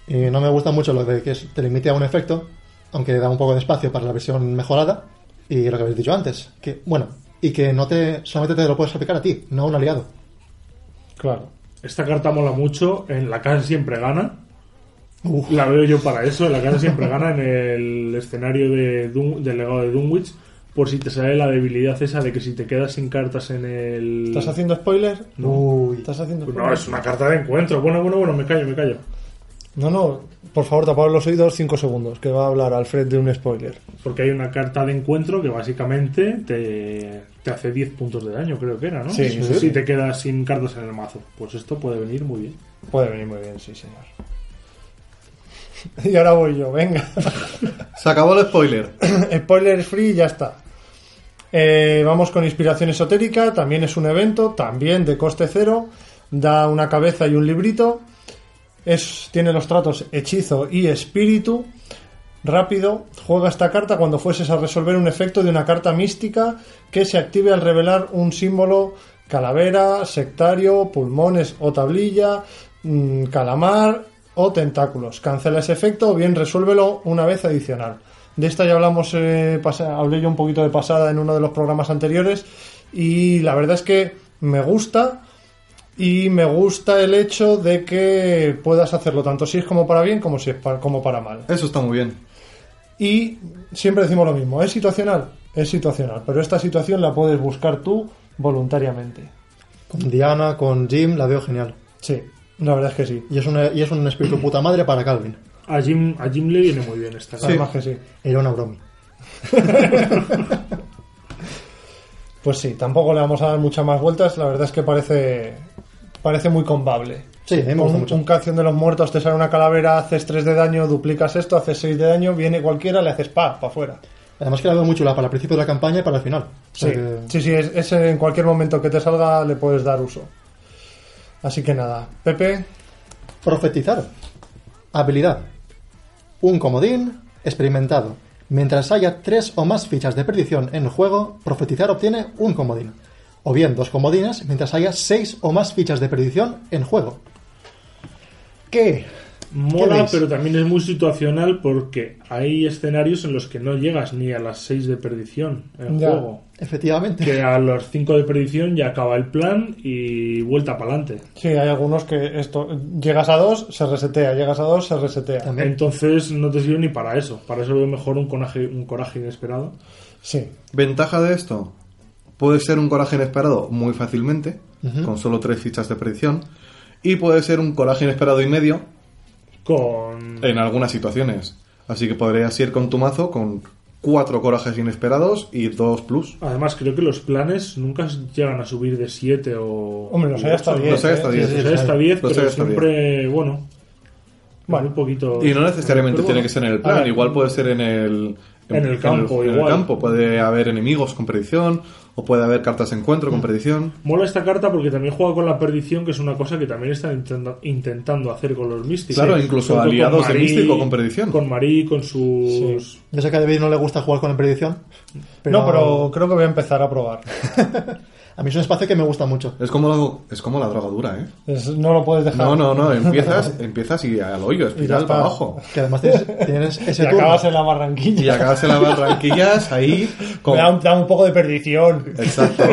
S1: Y no me gusta mucho lo de que es- te limite a un efecto, aunque da un poco de espacio para la versión mejorada. Y lo que habéis dicho antes, que bueno, y que no te solamente te lo puedes aplicar a ti, no a un aliado.
S4: Claro.
S2: Esta carta mola mucho, en la casa siempre gana. La veo yo para eso, en la casa siempre gana en el escenario de Dun- del legado de Dunwich, por si te sale la debilidad esa de que si te quedas sin cartas en el...
S4: ¿Estás haciendo spoiler?
S1: Uy.
S4: ¿Estás haciendo
S2: Pues No,
S4: spoiler?
S2: es una carta de encuentro. Bueno, bueno, bueno, me callo, me callo.
S4: No, no, por favor, tapad los oídos 5 segundos, que va a hablar Alfred de un spoiler.
S2: Porque hay una carta de encuentro que básicamente te, te hace 10 puntos de daño, creo que era, ¿no?
S4: Sí,
S2: si
S4: sí, sí.
S2: te quedas sin cartas en el mazo. Pues esto puede venir muy bien.
S4: Puede venir muy bien, sí, señor. Y ahora voy yo, venga.
S3: Se acabó el spoiler.
S4: Spoiler free, ya está. Eh, vamos con inspiración esotérica, también es un evento, también de coste cero, da una cabeza y un librito, es, tiene los tratos hechizo y espíritu. Rápido, juega esta carta cuando fueses a resolver un efecto de una carta mística que se active al revelar un símbolo calavera, sectario, pulmones o tablilla, mm, calamar o tentáculos. Cancela ese efecto o bien resuélvelo una vez adicional. De esta ya hablamos, eh, pasa- hablé yo un poquito de pasada en uno de los programas anteriores y la verdad es que me gusta, y me gusta el hecho de que puedas hacerlo tanto si es como para bien como si es pa- como para mal.
S3: Eso está muy bien.
S4: Y siempre decimos lo mismo, ¿es situacional? Es situacional, pero esta situación la puedes buscar tú voluntariamente.
S1: Con Diana, con Jim, la veo genial.
S4: Sí, la verdad es que sí.
S1: Y es, una- y es un espíritu puta madre para Calvin.
S2: A Jim, a Jim le viene muy bien esta carta.
S4: Además que sí.
S1: Era una broma.
S4: Pues sí, tampoco le vamos a dar muchas más vueltas, la verdad es que parece parece muy combable.
S1: Sí, a mí Eh, me gusta
S4: Un,
S1: mucho.
S4: un canción de los muertos, te sale una calavera, haces 3 de daño, duplicas esto, haces 6 de daño, viene cualquiera, le haces pa, para afuera.
S1: Además que la veo muy chula para el principio de la campaña y para el final. O
S4: Sí,
S1: sea que-
S4: sí, sí, es, es en cualquier momento que te salga le puedes dar uso. Así que nada, Pepe,
S1: Profetizar. Habilidad. Un comodín experimentado. Mientras haya tres o más fichas de perdición en juego, profetizar obtiene un comodín. O bien dos comodines mientras haya seis o más fichas de perdición en juego. ¿Qué? ¿Qué
S2: Mola,
S1: veis?
S2: pero también es muy situacional porque hay escenarios en los que no llegas ni a las 6 de perdición en
S4: Ya.
S2: juego.
S1: Efectivamente.
S2: Que a las 5 de perdición ya acaba el plan y vuelta para adelante.
S4: sí, hay algunos que esto, llegas a dos, se resetea, llegas a dos, se resetea.
S1: También.
S2: Entonces no te sirve ni para eso. Para eso veo mejor un coraje, un coraje inesperado.
S4: Sí,
S3: Ventaja de esto. Puede ser un coraje inesperado muy fácilmente, con solo tres fichas de predicción. Y puede ser un coraje inesperado y medio
S2: Con.
S3: en algunas situaciones. Así que podrías ir con tu mazo con cuatro corajes inesperados y dos plus.
S2: Además, creo que los planes nunca llegan a subir de 7 o.
S4: Hombre, los hay hasta
S2: ocho, ¿no?
S4: 10.
S3: Los hay hasta
S4: ¿eh?
S3: 10.
S4: Sí, sí,
S2: Los
S4: sí.
S2: hay hasta 10,
S3: Los hay
S2: pero
S3: hasta
S2: siempre, bueno.
S4: Bueno,
S2: un poquito.
S3: Y no necesariamente
S2: Pero
S3: tiene
S2: bueno.
S3: que ser en el plan,
S4: Ahora-
S3: igual puede ser en el,
S2: En el campo,
S3: en el
S2: igual.
S3: campo. Puede haber enemigos con predicción, o puede haber cartas de encuentro con predicción.
S2: Mola esta carta porque también juega con la perdición, que es una cosa que también están intenta- intentando hacer con los místicos.
S3: Claro, incluso
S2: Sobre todo
S3: aliados
S2: con
S3: de místico con perdición.
S2: Con Marí, con sus.
S1: Yo sé que a David no le gusta jugar con la predicción. Pero,
S4: No, pero creo que voy a empezar a probar.
S1: A mí es un espacio que me gusta mucho.
S3: Es como, la- es como la droga dura, ¿eh?
S4: Es- no lo puedes dejar.
S3: No, no, no, empiezas, empiezas y al hoyo, espiral
S4: está.
S3: para abajo.
S1: Que además tienes, tienes
S4: Y
S1: ese turno.
S4: acabas en la
S3: Y
S4: barranquilla.
S3: acabas en las barranquillas ahí
S4: Me da
S3: con...
S4: un, da un poco de perdición.
S3: Exacto.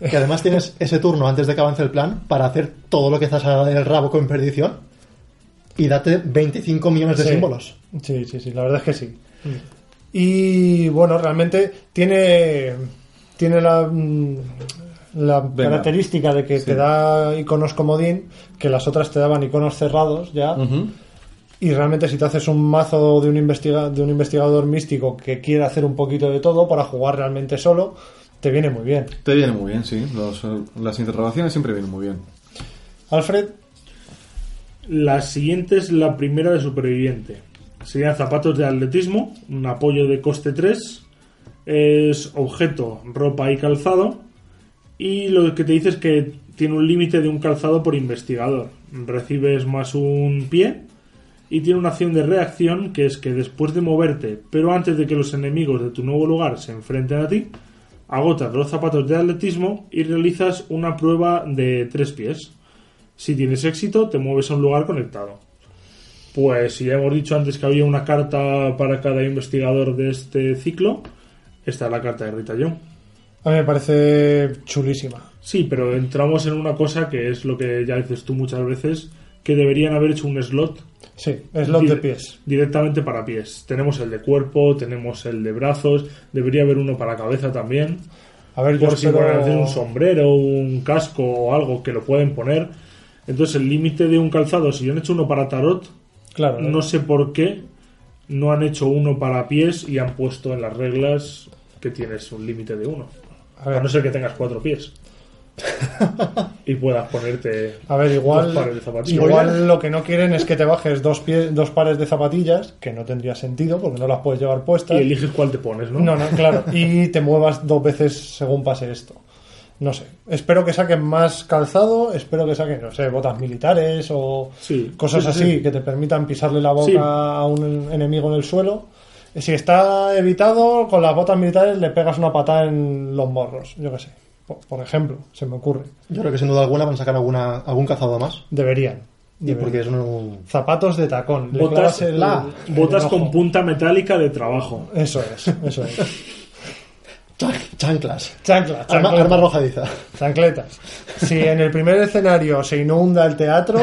S1: que además tienes ese turno antes de que avance el plan para hacer todo lo que estás el rabo con perdición y date 25 millones de
S4: Sí.
S1: símbolos.
S4: Sí, sí, sí, la verdad es que sí. Y bueno, realmente tiene, tiene la, mm, la
S3: Venga.
S4: característica de que
S3: Sí.
S4: te da iconos comodín, que las otras te daban iconos cerrados ya.
S3: Ujú.
S4: Y realmente si te haces un mazo de un, investiga- de un investigador místico que quiere hacer un poquito de todo para jugar realmente solo, te viene muy bien.
S3: Te viene muy bien, sí. Los, eh, las interrogaciones siempre vienen muy bien.
S4: Alfred,
S2: La siguiente es la primera de superviviente. Serían zapatos de atletismo, un apoyo de coste 3. Es objeto, ropa y calzado. Y lo que te dice es que tiene un límite de un calzado por investigador. Recibes más un pie. Y tiene una acción de reacción que es que después de moverte, pero antes de que los enemigos de tu nuevo lugar se enfrenten a ti, agotas los zapatos de atletismo y realizas una prueba de tres pies. Si tienes éxito, te mueves a un lugar conectado. Pues si ya hemos dicho antes que había una carta para cada investigador de este ciclo, esta es la carta de Rita Young.
S4: a mí me parece chulísima.
S2: Sí, pero entramos en una cosa que es lo que ya dices tú muchas veces, que deberían haber hecho un slot
S4: Sí, slot de
S2: Dire-
S4: pies.
S2: Directamente para pies. Tenemos el de cuerpo, tenemos el de brazos, debería haber uno para cabeza también.
S4: A ver, yo
S2: Por si
S4: espero-
S2: van a hacer un sombrero, un casco o algo que lo pueden poner. Entonces el límite de un calzado, si yo han hecho uno para tarot,
S4: Claro,
S2: No sé por qué no han hecho uno para pies y han puesto en las reglas que tienes un límite de uno.
S4: a
S2: A
S4: ver,
S2: no ser que tengas cuatro pies. y puedas ponerte...
S4: A ver, igual,
S2: Dos pares de zapatillas.
S4: igual lo que no quieren es que te bajes dos, pie- dos pares de zapatillas, que no tendría sentido porque no las puedes llevar
S2: Y
S4: puestas.
S2: eliges cuál te pones, ¿no?
S4: No, no, claro. Y te muevas dos veces según pase esto. No sé. Espero que saquen más calzado, espero que saquen, no sé, botas militares o
S2: Sí.
S4: cosas
S2: Sí, sí,
S4: así
S2: sí.
S4: que te permitan pisarle la boca
S2: Sí.
S4: a un enemigo en el suelo. Eh, Si está evitado, con las botas militares le pegas una patada en los morros, yo qué sé. Por- por ejemplo, se me ocurre.
S1: Yo creo que sin duda alguna van a sacar alguna, algún cazado más.
S4: Deberían.
S1: Y
S4: Deberían.
S1: porque es un...
S4: Zapatos de tacón. Le
S2: Botas, ah,
S4: clavas el- el
S2: botas
S4: ojo.
S2: con punta metálica de trabajo.
S4: Eso es, eso es.
S1: chan- chanclas.
S4: Chanclas,
S1: Arma,
S4: chancletas.
S1: arma arrojadiza.
S4: Chancletas. Si en el primer escenario se inunda el teatro,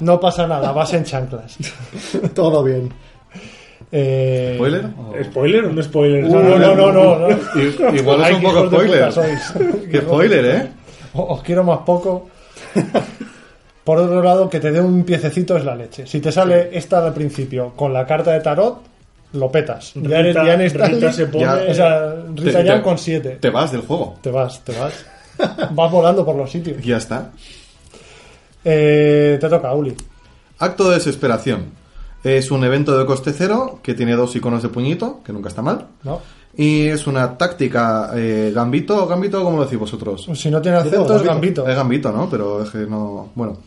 S4: no pasa nada, vas en chanclas.
S1: Todo bien.
S4: Eh,
S3: ¿Spoiler? o-
S2: ¿Spoiler o no spoiler?
S4: No, no, no, no, no, no.
S3: I- Igual
S4: Ay,
S3: es un
S4: qué
S3: poco
S4: hijos de puta
S3: spoiler.
S4: sois.
S3: Qué spoiler, ¿eh?
S4: O- Os quiero más poco. Por otro lado, que te dé un piececito es la leche. Si te sale esta al principio con la carta de tarot, lo petas. Ya eres
S2: Rita-
S4: Diane Stanley.
S2: Rita se pone-
S3: Ya.
S4: O sea, Rita
S3: Te-
S4: Young
S3: te-
S4: con 7.
S3: Te vas del juego.
S4: Te vas, te vas. Vas volando por los sitios.
S3: Y ya está.
S4: Eh, te toca, Uli.
S3: Acto de desesperación. Es un evento de coste cero que tiene dos iconos de puñito, que nunca está mal.
S4: ¿No?
S3: Y es una táctica eh, gambito, gambito, como lo decís vosotros.
S4: Si no tiene
S1: Yo tengo
S4: acento es
S1: gambito.
S4: gambito.
S3: Es gambito, ¿no? Pero es que no. Bueno.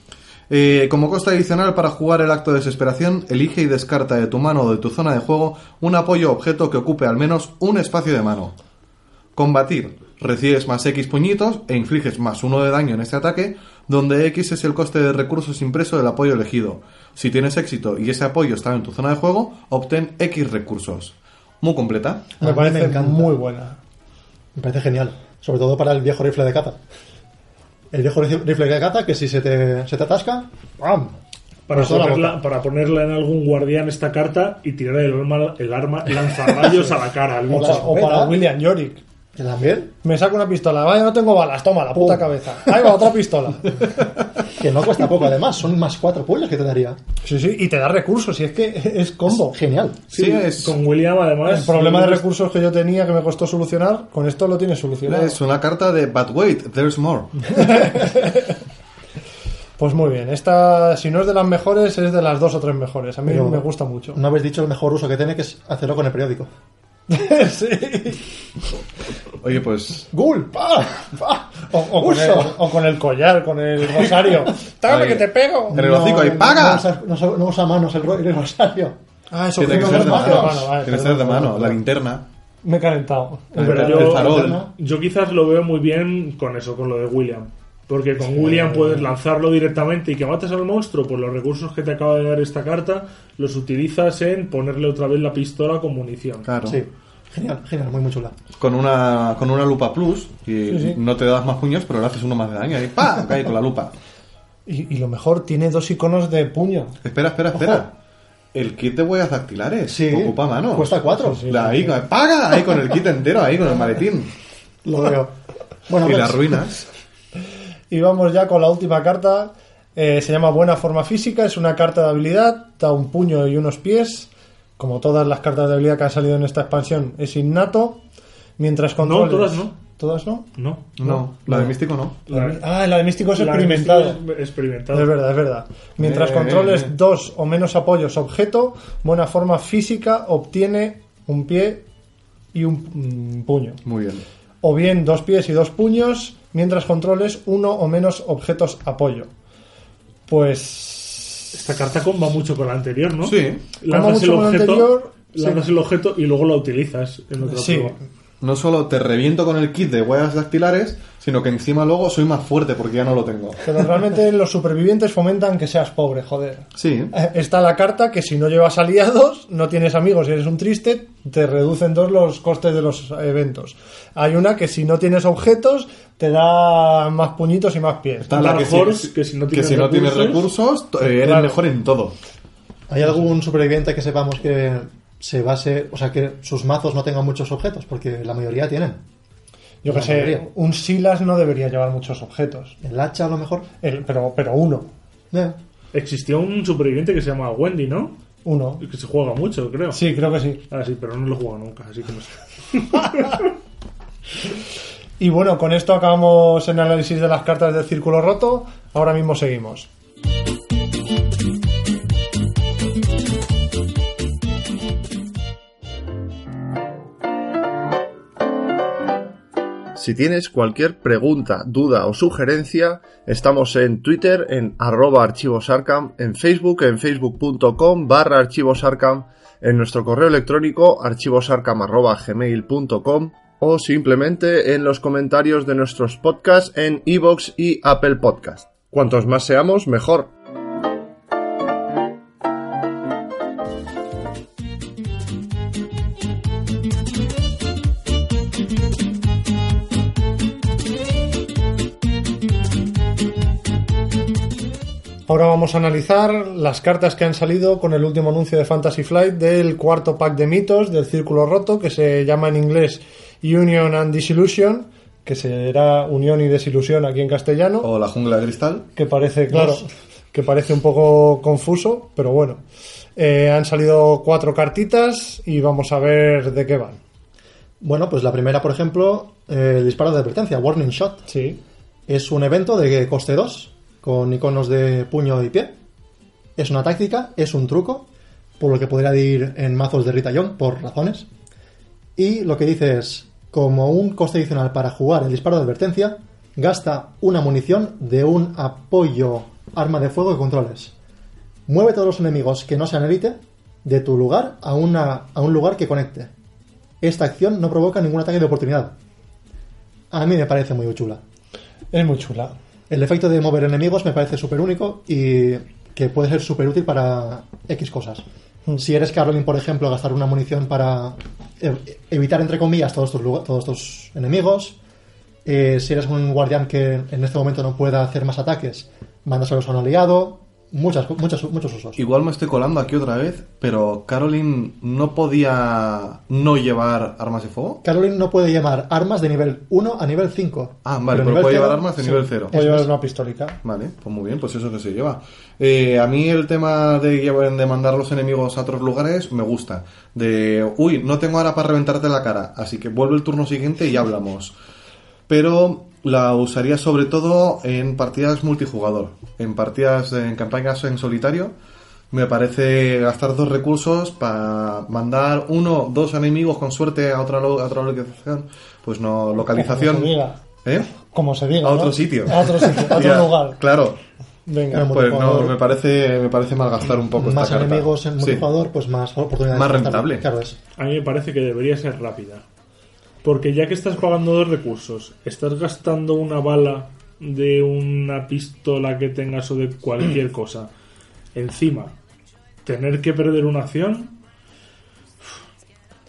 S3: Eh, como coste adicional para jugar el acto de desesperación, elige y descarta de tu mano o de tu zona de juego un apoyo objeto que ocupe al menos un espacio de mano. Combatir. Recibes más X puñitos e infliges más uno de daño en este ataque, donde X es el coste de recursos impreso del apoyo elegido. Si tienes éxito y ese apoyo está en tu zona de juego, obtén X recursos. Muy completa.
S1: A
S4: Me
S1: mí me
S4: parece
S1: encanta.
S4: muy buena.
S1: Me parece genial. Sobre todo para el viejo rifle de caza. El viejo rif- rifle de caza que si se te, se te atasca... ¡pam!
S2: Para
S1: Pues toda la
S2: ponerla,
S1: boca.
S2: para ponerla en algún guardián esta carta y tirar el arma, el arma lanzarrayos a la cara. al
S4: O,
S2: bicho.
S4: pa- o para
S1: ¿Verdad?
S4: William Yorick.
S1: ¿Y también?
S4: Me saco una pistola. Vaya, no tengo balas. Toma la puta
S1: Pum.
S4: cabeza. Ahí va otra pistola.
S1: Que no cuesta poco además. Son más cuatro pullas que te daría.
S4: Sí, sí. Y te da recursos. Y es que es combo.
S1: Genial.
S3: Sí, es,
S2: Con William, además...
S4: El problema de
S2: William-
S4: recursos que yo tenía que me costó solucionar, con esto lo tienes solucionado.
S3: es una carta de But wait, there's more.
S4: Pues muy bien. Esta, si no es de las mejores, es de las dos o tres mejores. A mí
S1: Pero-
S4: me gusta mucho.
S1: No habéis dicho el mejor uso que tiene que es hacerlo con el periódico.
S4: Sí.
S3: Oye, pues.
S1: ¡Gul! ¡Pa! ¡Pa!
S4: O, o con el,
S1: ¡Uso!
S4: o con el collar, con el rosario. ¡Tágame
S3: Ahí.
S4: que te pego!
S3: En el hocico ahí, ¡paga!
S1: No usa, no usa- no usa manos el, ro- el rosario.
S4: Ah, eso
S3: Tiene que
S4: fue con
S3: ser de
S4: las
S3: mano.
S4: manos. Vale,
S3: Tiene que ser
S4: perdón,
S3: de
S4: perdón,
S3: mano. La
S4: perdón.
S3: linterna.
S4: Me he calentado.
S3: El
S2: Pero
S3: el
S2: yo-
S3: farol.
S2: Yo quizás lo veo muy bien con eso, con lo de William. Porque con William puedes lanzarlo directamente y que mates al monstruo, pues los recursos que te acaba de dar esta carta los utilizas en ponerle otra vez la pistola con munición.
S3: Claro.
S1: Sí. Genial, genial, muy, muy chula.
S3: Con una, con una lupa plus, y
S4: Sí, sí.
S3: no te das más puños, pero le haces uno más de daño. Y ¡pam! Cae con la lupa.
S4: Y, y lo mejor, tiene dos iconos de puño.
S3: Espera, espera, espera. El kit de huellas dactilares
S1: Sí.
S3: ocupa mano.
S1: Cuesta cuatro.
S4: Sí, sí.
S3: La- ahí, con- ¡Paga! Ahí con el kit entero, ahí con el maletín.
S1: Lo veo. Bueno,
S3: y
S1: pues,
S3: las ruinas.
S4: Y vamos ya con la última carta. Eh, se llama Buena Forma Física. Es una carta de habilidad. Da un puño y unos pies. Como todas las cartas de habilidad que han salido en esta expansión, es innato. Mientras controles...
S2: todas no.
S4: ¿Todas no?
S2: No.
S3: No, la de místico no.
S2: La-
S4: Ah, la de místico es
S2: la
S4: experimentada.
S2: mística es experimentada.
S4: Es verdad, es verdad. Mientras
S3: Eh,
S4: controles
S3: eh, eh.
S4: dos o menos apoyos objeto, buena forma física obtiene un pie y un mm, puño.
S3: Muy bien.
S4: O bien dos pies y dos puños, mientras controles uno o menos objetos apoyo. Pues...
S2: Esta carta comba mucho con la anterior, ¿no?
S3: Sí.
S4: Comba
S2: Lanzas
S4: mucho
S2: el
S4: con la
S2: objeto,
S4: anterior,
S2: lanzas
S4: sí.
S2: el objeto y luego la utilizas en otra
S4: Sí.
S2: prueba.
S3: No solo te reviento con el kit de huellas dactilares, sino que encima luego soy más fuerte porque ya no lo tengo.
S4: Pero realmente los supervivientes fomentan que seas pobre, joder.
S3: Sí.
S4: Eh, Está la carta que si no llevas aliados, no tienes amigos y eres un triste, te reducen dos los costes de los eventos. Hay una que si no tienes objetos, te da más puñitos y más pies.
S3: Está la
S2: Dark
S3: que, si-
S2: Horse, que si no
S3: que
S2: tienes
S3: si no tienes
S2: recursos-
S3: recursos, t- eh, eres
S4: Claro.
S3: mejor en todo.
S1: ¿hay algún superviviente que sepamos que se base, o sea, que sus mazos no tengan muchos objetos? Porque la mayoría tienen.
S4: Yo que
S1: La
S4: sé,
S1: mayoría.
S4: un Silas no debería llevar muchos objetos,
S1: El hacha, a lo mejor.
S4: El- pero, pero uno.
S1: Eh,
S2: Existió un superviviente que se llama Wendy, ¿no?
S4: Uno.
S2: Que se juega mucho, creo.
S4: Sí, creo que sí.
S2: Ah, sí, pero no lo he jugado nunca, así que no sé.
S4: Y bueno, con esto acabamos el análisis de las cartas del círculo roto. Ahora mismo seguimos.
S5: Si tienes cualquier pregunta, duda o sugerencia, estamos en Twitter en arroba archivosarcam, en Facebook en facebook.com barra archivosarcam, en nuestro correo electrónico archivosarcam arroba gmail.com o simplemente en los comentarios de nuestros podcasts en iVoox y Apple Podcast. Cuantos más seamos, mejor.
S4: Ahora vamos a analizar las cartas que han salido con el último anuncio de Fantasy Flight del cuarto pack de mitos del Círculo Roto, que se llama en inglés Union and Disillusion, que será Unión y Desilusión aquí en castellano,
S3: O la jungla de cristal.
S4: que parece, claro, que parece un poco confuso, pero bueno. Eh, han salido cuatro cartitas y vamos a ver de qué van.
S1: Bueno, pues la primera, por ejemplo, eh, el disparo de advertencia, Warning Shot.
S4: Sí,
S1: Es un evento de coste 2, con iconos de puño y pie. Es una táctica, es un truco, por lo que podría ir en mazos de Rita Young, por razones. Y lo que dice es, como un coste adicional para jugar el disparo de advertencia, gasta una munición de un apoyo arma de fuego que controles. Mueve todos los enemigos que no sean élite de tu lugar a, una- a un lugar que conecte. Esta acción no provoca ningún ataque de oportunidad. A mí me parece muy chula.
S4: es muy chula.
S1: El efecto de mover enemigos me parece súper único y que puede ser súper útil para X cosas. Si eres Carolyn, por ejemplo, gastar una munición para ev- evitar, entre comillas, todos tus, lugar- todos tus enemigos. Eh, si eres un guardián que en este momento no pueda hacer más ataques, mandárselos a un aliado. Muchas, co- muchas, muchos usos.
S3: Igual me estoy colando aquí otra vez, pero Caroline no podía no llevar armas de fuego.
S1: Carolyn no puede llevar armas de nivel 1 a nivel 5.
S3: Ah, vale, pero
S1: nivel
S3: puede llevar
S1: cero-
S3: armas de
S1: sí.
S3: nivel 0.
S4: Voy a llevar
S1: es.
S4: una pistolica.
S3: Vale, pues muy bien, pues eso que se lleva. Eh, a mí el tema de, llevar- de mandar los enemigos a otros lugares me gusta. De, uy, no tengo ahora para reventarte la cara, así que vuelve el turno siguiente y hablamos. Pero la usaría sobre todo en partidas multijugador, en partidas, en campañas en solitario. Me parece gastar dos recursos para mandar uno, dos enemigos con suerte a otra, lo- a otra localización. Pues no, localización.
S4: Como se diga.
S3: ¿Eh?
S4: Como se diga.
S3: A
S4: ¿no?
S3: otro sitio.
S4: A otro sitio, a otro
S3: Ya,
S4: lugar.
S3: Claro,
S4: Venga.
S3: pues no,
S1: multijugador.
S3: me parece, me parece malgastar un poco
S1: Más
S3: esta carta.
S1: enemigos en
S3: Sí.
S1: multijugador, pues más oportunidades.
S3: Más
S1: de gastar-
S3: rentable.
S1: Claro, es.
S2: A mí me parece que debería ser rápida. Porque ya que estás pagando dos recursos, estás gastando una bala de una pistola que tengas o de cualquier cosa. Encima, tener que perder una acción.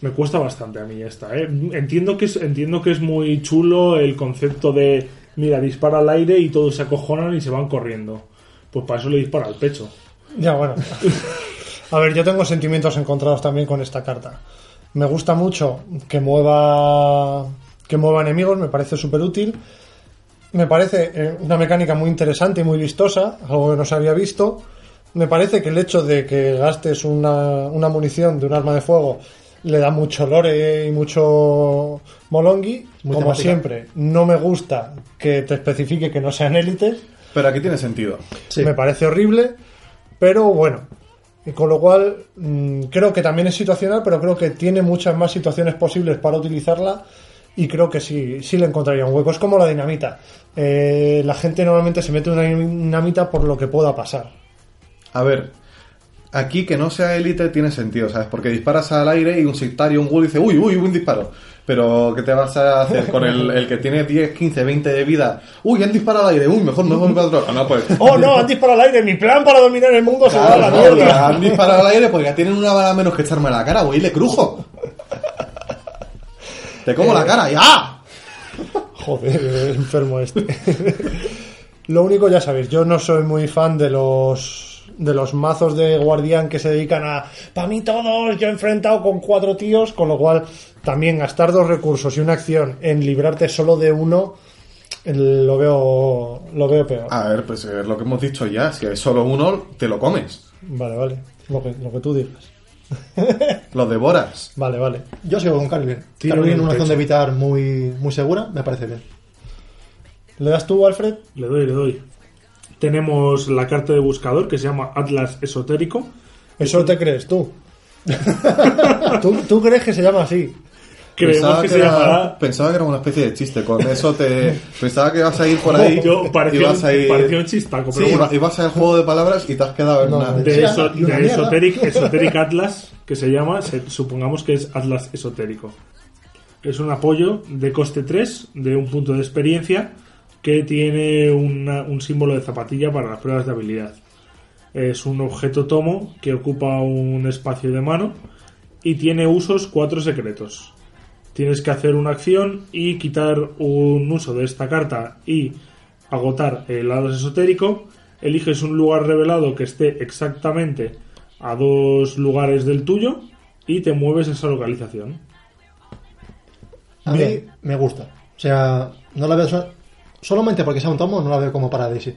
S2: Me cuesta bastante a mí esta, ¿eh? Entiendo que es, entiendo que es muy chulo el concepto de, mira, dispara al aire y todos se acojonan y se van corriendo. Pues para eso le dispara al pecho.
S4: Ya, bueno. A ver, yo tengo sentimientos encontrados también con esta carta. Me gusta mucho que mueva que mueva enemigos, me parece súper útil. Me parece eh, una mecánica muy interesante y muy vistosa, algo que no se había visto. Me parece que el hecho de que gastes una, una munición de un arma de fuego le da mucho lore y mucho molongi.
S1: Muy
S4: Como
S1: temática.
S4: siempre, no me gusta que te especifique que no sean élites.
S3: Pero aquí tiene sentido.
S1: Sí.
S4: Me parece horrible, pero bueno. Y con lo cual, mm, creo que también es situacional, pero creo que tiene muchas más situaciones posibles para utilizarla. Y creo que sí, sí le encontraría un hueco. Es como la dinamita. Eh, la gente normalmente se mete una dinamita por lo que pueda pasar.
S3: A ver, aquí que no sea élite tiene sentido, ¿sabes? Porque disparas al aire y un sectario, un ghoul dice, uy, uy, un disparo. Pero, ¿qué te vas a hacer con el, el que tiene 10, 15, 20 de vida? Uy, han disparado al aire, uy, mejor no vamos a otro. Ah, No, pues.
S4: ¡Oh, no! Han disparado al aire. Mi plan para dominar el mundo se va a
S3: Claro,
S4: la
S3: no, ya
S4: mierda.
S3: han disparado al aire porque ya tienen una bala menos que echarme a la cara, güey, le crujo. Te como
S4: Eh.
S3: la cara, ¡ah! ya.
S4: Joder, el enfermo este. Lo único, ya sabéis, yo no soy muy fan de los de los mazos de guardián que se dedican a para mí todos, yo he enfrentado con cuatro tíos, con lo cual también gastar dos recursos y una acción en librarte solo de uno eh, lo veo lo veo peor.
S3: A ver, pues es lo que hemos dicho ya, si hay solo uno, te lo comes,
S4: Vale, vale. Lo que, lo que tú digas.
S3: lo devoras.
S4: Vale, vale.
S1: Yo sigo con Carolyn. Carolyn,
S2: Carolyn
S1: una opción
S2: Pecho.
S1: de evitar muy, muy segura, me parece bien.
S4: ¿Le das tú, Alfred?
S2: Le doy, le doy. Tenemos la carta de buscador que se llama Atlas Esotérico.
S4: Eso te crees tú. tú. Tú crees que se llama así.
S2: Creemos que se
S3: era,
S2: llamará.
S3: pensaba que era una especie de chiste, con eso te... Pensaba que ibas a ir por ahí
S2: Yo
S3: y
S2: parecía,
S3: vas a ir...
S2: parecía un chistaco,
S3: Sí,
S2: pero bueno.
S3: iba- ibas al juego de palabras y te has quedado en
S4: No,
S3: una...
S4: no,
S2: de,
S1: Mira,
S2: eso,
S1: y una
S2: de
S1: mierda.
S2: Esoteric, Esoteric Atlas, que se llama, se- supongamos que es Atlas Esotérico. Es un apoyo de coste 3, de un punto de experiencia, que tiene una- un símbolo de zapatilla para las pruebas de habilidad. Es un objeto tomo que ocupa un espacio de mano y tiene usos 4 secretos. Tienes que hacer una acción y quitar un uso de esta carta y agotar el lado esotérico. Eliges un lugar revelado que esté exactamente a dos lugares del tuyo y te mueves a esa localización.
S1: A
S4: Bien.
S1: mí me gusta. O sea, no la veo so- solamente porque sea un tomo, no la veo como para Daisy.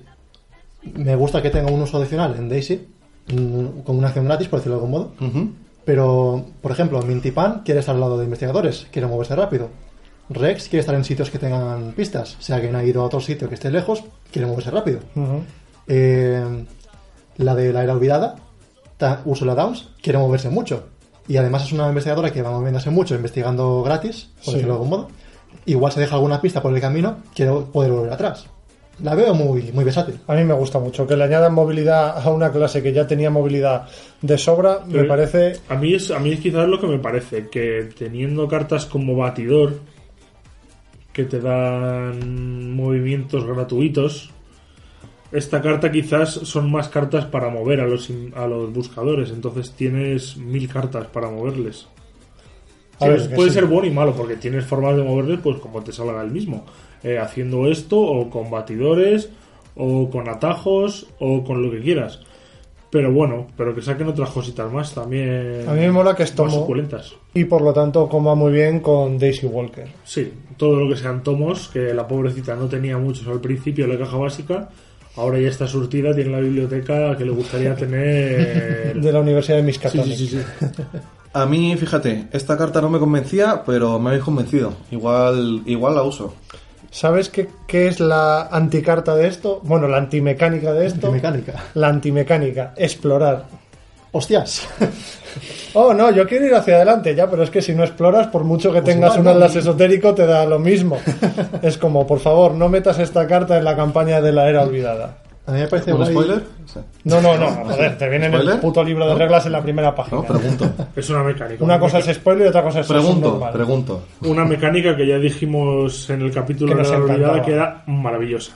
S1: Me gusta que tenga un uso adicional en Daisy, mm, como una acción gratis, por decirlo de algún modo.
S3: Ujú.
S1: Pero, por ejemplo, Mintipan quiere estar al lado de investigadores, quiere moverse rápido. Rex quiere estar en sitios que tengan pistas. Si alguien ha ido a otro sitio que esté lejos, quiere moverse rápido. Eh, la de la era olvidada, ta- Ursula Downs, quiere moverse mucho. Y además es una investigadora que va moviéndose mucho, investigando gratis, por
S4: Sí.
S1: decirlo de algún modo. Igual se deja alguna pista por el camino, quiere poder volver atrás. La veo muy, muy versátil.
S4: A mí me gusta mucho que le añadan movilidad a una clase que ya tenía movilidad de sobra, me
S2: Sí.
S4: parece
S2: A mí es, a mí es quizás lo que me parece, que teniendo cartas como batidor, que te dan movimientos gratuitos, esta carta quizás son más cartas para mover a los, in- a los buscadores, entonces tienes mil cartas para moverles.
S4: A
S2: Sí,
S4: ver,
S2: pues
S4: que
S2: puede
S4: sí.
S2: ser bueno y malo, porque tienes formas de moverles pues como te salga el mismo. Eh, haciendo esto, o con batidores, o con atajos, o con lo que quieras. Pero bueno, pero que saquen otras cositas más también.
S4: A mí me mola que es
S2: Más
S4: tomo.
S2: suculentas.
S4: y por lo tanto coma muy bien con Daisy Walker.
S2: Sí, todo lo que sean tomos, que la pobrecita no tenía muchos al principio en la caja básica, ahora ya está surtida, tiene la biblioteca que le gustaría tener.
S4: De la Universidad de
S2: Sí,
S4: Miskatonic.
S2: sí, sí, sí.
S3: A mí, fíjate, esta carta no me convencía, pero me habéis convencido. Igual, igual la uso.
S4: ¿Sabes qué, qué es la anticarta de esto? Bueno, la antimecánica de esto.
S1: Y mecánica.
S4: La antimecánica, explorar.
S1: ¡Hostias!
S4: Oh, no, yo quiero ir hacia adelante ya, pero es que si no exploras, por mucho que
S1: Pues
S4: tengas
S1: igual
S4: un
S1: no.
S4: atlas esotérico, te da lo mismo. es como, por favor, no metas esta carta en la campaña de la era olvidada.
S1: A mí me parece
S3: ¿Un
S1: guay-
S3: spoiler? Sí.
S4: No, no, no, joder, te viene en el
S3: ¿Spoiler?
S4: puto libro de reglas en la primera página.
S3: No, pregunto.
S2: Es una mecánica.
S4: Una cosa es spoiler y otra cosa es
S3: Pregunto,
S4: subnormal.
S3: pregunto.
S2: una mecánica que ya dijimos en el capítulo
S4: Que
S2: de
S4: nos
S2: la olvidada
S4: encantaba.
S2: que era maravillosa.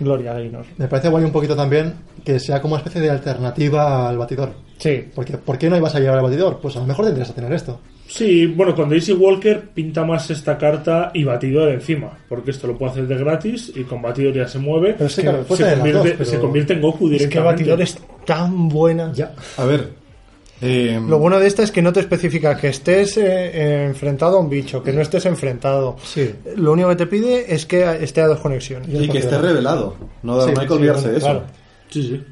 S4: Gloria Gaynor.
S1: Me parece guay un poquito también que sea como una especie de alternativa al batidor.
S4: Sí,
S1: Porque, ¿Por qué no ibas a llevar al batidor? Pues a lo mejor tendrías que tener esto.
S2: Sí, bueno, con Daisy Walker pinta más esta carta y batidor encima, porque esto lo puede hacer de gratis y con batidor ya se mueve.
S1: Pero sí,
S2: Se-
S1: claro, puede
S2: se,
S1: tener las
S2: convierte,
S1: dos, pero-
S2: se convierte en Goku
S4: es que
S2: directamente.
S4: Batidor es tan buena.
S1: Ya.
S3: A ver. eh,
S4: Lo bueno de esta es que no te especifica que estés eh, enfrentado a un bicho, que no estés enfrentado.
S1: Sí.
S4: Lo único que te pide es que esté a dos conexiones.
S3: y que esté revelado. No,
S1: Sí,
S3: no hay que
S1: sí,
S3: olvidarse de eso.
S1: claro.
S2: Sí, sí.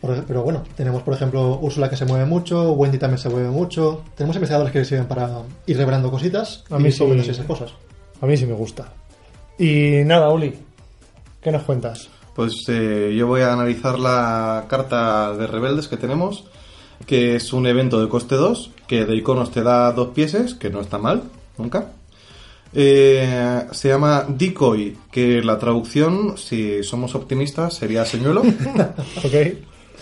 S1: Por ej- pero bueno, tenemos por ejemplo Úrsula que se mueve mucho, Wendy también se mueve mucho. Tenemos investigadores que sirven para ir revelando cositas
S4: A
S1: y
S4: mí
S1: ir
S4: sí.
S1: moviéndose esas cosas.
S4: A mí sí me gusta. Y nada, Oli, ¿qué nos cuentas?
S3: Pues eh, yo voy a analizar la carta de rebeldes que tenemos, que es un evento de coste 2, que de iconos te da dos pieses, que no está mal, nunca. Eh, se llama Decoy, que la traducción, si somos optimistas, sería señuelo.
S4: ¿Ok?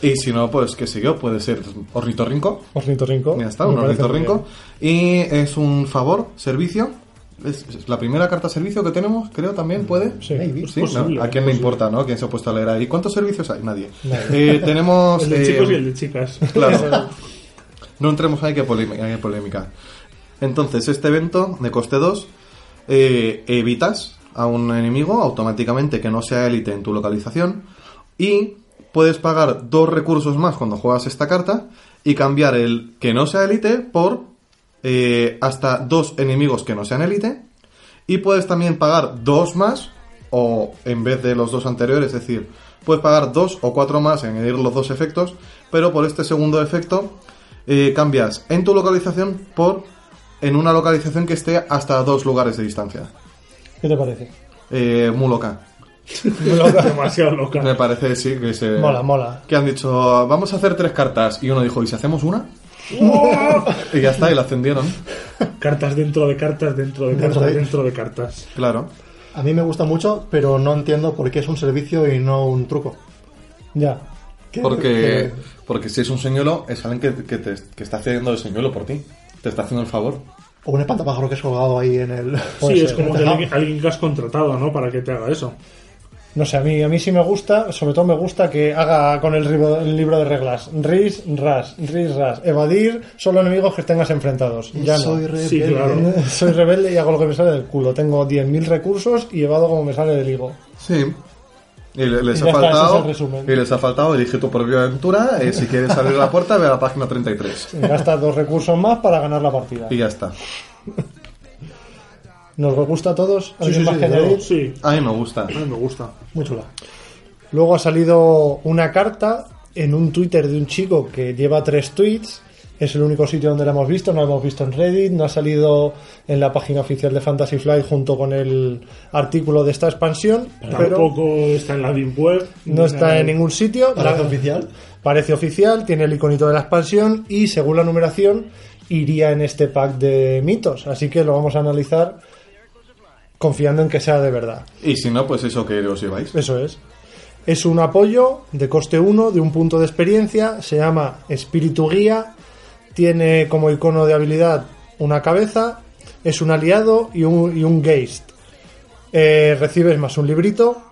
S3: y si no, pues qué sé yo, puede ser ornitorrinco.
S4: Ornitorrinco.
S3: Ya está,
S4: Me
S3: un
S4: parece muy
S3: ornitorrinco. Y es un favor, servicio. Es, es la primera carta servicio que tenemos, creo también, puede.
S4: bien. Sí.
S1: Maybe.
S3: Sí,
S2: Posible,
S3: no, ¿A quién le importa, no? ¿Quién se ha puesto a leer ahí? ¿Cuántos servicios hay? Nadie.
S4: Nadie.
S3: Eh, tenemos.
S2: El de
S3: eh,
S2: chicos y el de chicas.
S3: Claro. No entremos ahí que polémica. que polémica. Entonces, este evento de coste 2 eh, evitas a un enemigo automáticamente que no sea élite en tu localización y puedes pagar dos recursos más cuando juegas esta carta y cambiar el que no sea élite por eh, hasta dos enemigos que no sean élite y puedes también pagar dos más, o en vez de los dos anteriores, es decir, puedes pagar dos o cuatro más, añadir los dos efectos, pero por este segundo efecto eh, cambias en tu localización por en una localización que esté hasta dos lugares de distancia.
S4: ¿Qué te parece?
S3: Eh, muy loca.
S2: Demasiado loca.
S3: Me parece, sí, que se...
S4: Mola, mola.
S3: Que han dicho, vamos a hacer tres cartas. Y uno dijo, ¿y si hacemos una? y ya está, y la ascendieron.
S2: Cartas dentro de cartas, dentro de
S1: Dentro
S2: cartas,
S1: de-
S2: dentro de cartas.
S3: Claro.
S1: A mí me gusta mucho, pero no entiendo por qué es un servicio y no un truco.
S4: Ya.
S1: ¿Qué-
S3: Porque,
S1: qué-
S3: porque si es un señuelo, es alguien que, que te, que está haciendo el señuelo por ti. Te está haciendo el favor.
S1: O un espantapájaro que es colgado ahí en el.
S4: Puede
S2: sí, es
S4: ser.
S2: como que
S1: Ajá.
S2: alguien, alguien que has contratado, ¿no? Para que te haga eso.
S4: No sé, a mí, a mí sí me gusta, sobre todo me gusta que haga con el, ribo- el libro de reglas. Ris, ras, ris, ras. Evadir solo enemigos que tengas enfrentados. Ya no.
S1: Soy rebelde.
S2: Sí, claro.
S4: Soy rebelde y hago lo que me sale del culo. Tengo 10.000 recursos y evado como me sale del higo.
S3: Sí. Y le- les
S4: Y ya está, ese es el
S3: ha faltado.
S4: resumen.
S3: y les ha faltado, elige tu propia aventura. eh, si quieres abrir la puerta, ve a la página 33.
S4: Gastas dos recursos más para ganar la partida.
S3: Y ya está.
S4: ¿Nos gusta a todos?
S2: Sí,
S4: ¿Alguien
S2: sí,
S4: más
S2: sí,
S4: que
S2: desde
S4: añadir?
S2: luego, sí.
S3: A mí me gusta.
S2: A mí me gusta.
S1: Muy chula.
S4: Luego ha salido una carta en un Twitter de un chico que lleva tres tweets. Es el único sitio donde la hemos visto, no la hemos visto en Reddit, no ha salido en la página oficial de Fantasy Flight junto con el artículo de esta expansión, pero
S2: Tampoco está en la Deep Web.
S4: no está en
S2: ningún
S4: ningún sitio.
S1: ¿Parece
S4: La-
S1: oficial?
S4: Parece oficial, tiene el iconito de la expansión y según la numeración iría en este pack de mitos, así que lo vamos a analizar confiando en que sea de verdad.
S3: Y si no, pues eso que os lleváis.
S4: Eso es. Es un apoyo de coste 1, de un punto de experiencia, se llama Espíritu Guía, tiene como icono de habilidad una cabeza, es un aliado y un, y un geist. Eh, recibes más un librito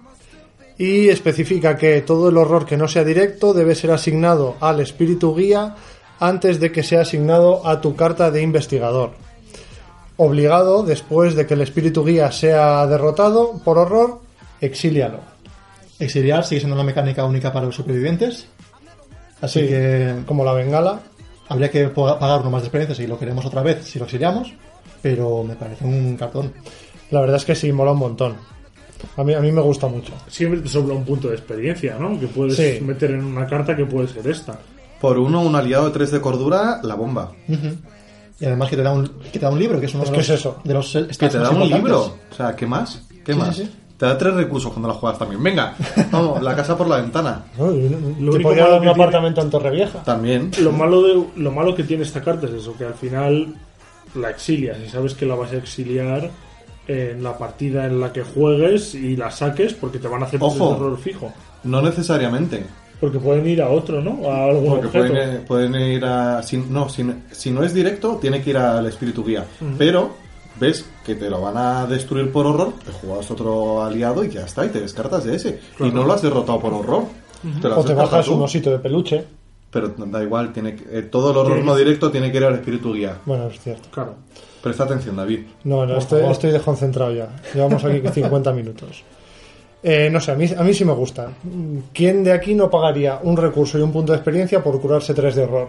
S4: y especifica que todo el horror que no sea directo debe ser asignado al Espíritu Guía antes de que sea asignado a tu carta de investigador obligado, después de que el espíritu guía sea derrotado por horror, exílialo.
S1: Exiliar sigue siendo una mecánica única para los supervivientes. Así
S4: Sí.
S1: que
S4: Como la bengala.
S1: habría que po- pagar uno más de experiencia si lo queremos otra vez, si lo exiliamos. Pero me parece un cartón.
S4: La verdad es que sí, mola un montón. A mí, a mí me gusta mucho.
S2: Siempre te sobra un punto de experiencia, ¿no? Que puedes
S4: Sí.
S2: meter en una carta que puede ser esta.
S3: Por uno, un aliado de 3 de cordura, la bomba.
S1: Y además que te da un, que te da un libro, que es uno
S4: Es
S1: de
S4: que
S1: los,
S4: es eso.
S1: De los stats
S3: Que te da
S1: más
S3: un
S1: importantes.
S3: libro. O sea, ¿qué más? ¿Qué
S1: Sí,
S3: más?
S1: sí, sí.
S3: Te da tres recursos cuando la juegas también. Venga, vamos, la casa por la ventana.
S2: Lo
S4: Te
S2: único
S4: podría dar
S2: malo que
S4: un
S2: tiene-
S4: apartamento en Torrevieja.
S3: También.
S2: Lo malo, de, lo malo que tiene esta carta es eso, que al final la exilias y sabes que la vas a exiliar en la partida en la que juegues y la saques porque te van a hacer un
S3: Ojo.
S2: error fijo.
S3: No necesariamente.
S2: Porque pueden ir a otro, ¿no? A algún
S3: Porque
S2: objeto.
S3: pueden, eh, pueden ir a. Si no, si, si no es directo, tiene que ir al espíritu guía. Pero ves que te lo van a destruir por horror, te juegas otro aliado y ya está, y te descartas de ese. Y no lo has derrotado por horror. Te lo has
S4: O te
S3: descartado
S4: bajas
S3: tú.
S4: un osito de peluche.
S3: Pero da igual, tiene que- eh, todo el horror no directo tiene que ir al espíritu guía.
S4: Bueno, es cierto.
S2: Claro.
S3: Presta atención, David.
S4: No, no, estoy,
S2: favor.
S4: estoy desconcentrado ya. Llevamos aquí 50 minutos. Eh, no sé, a mí, a mí sí me gusta. ¿Quién de aquí no pagaría un recurso y un punto de experiencia por curarse tres de horror?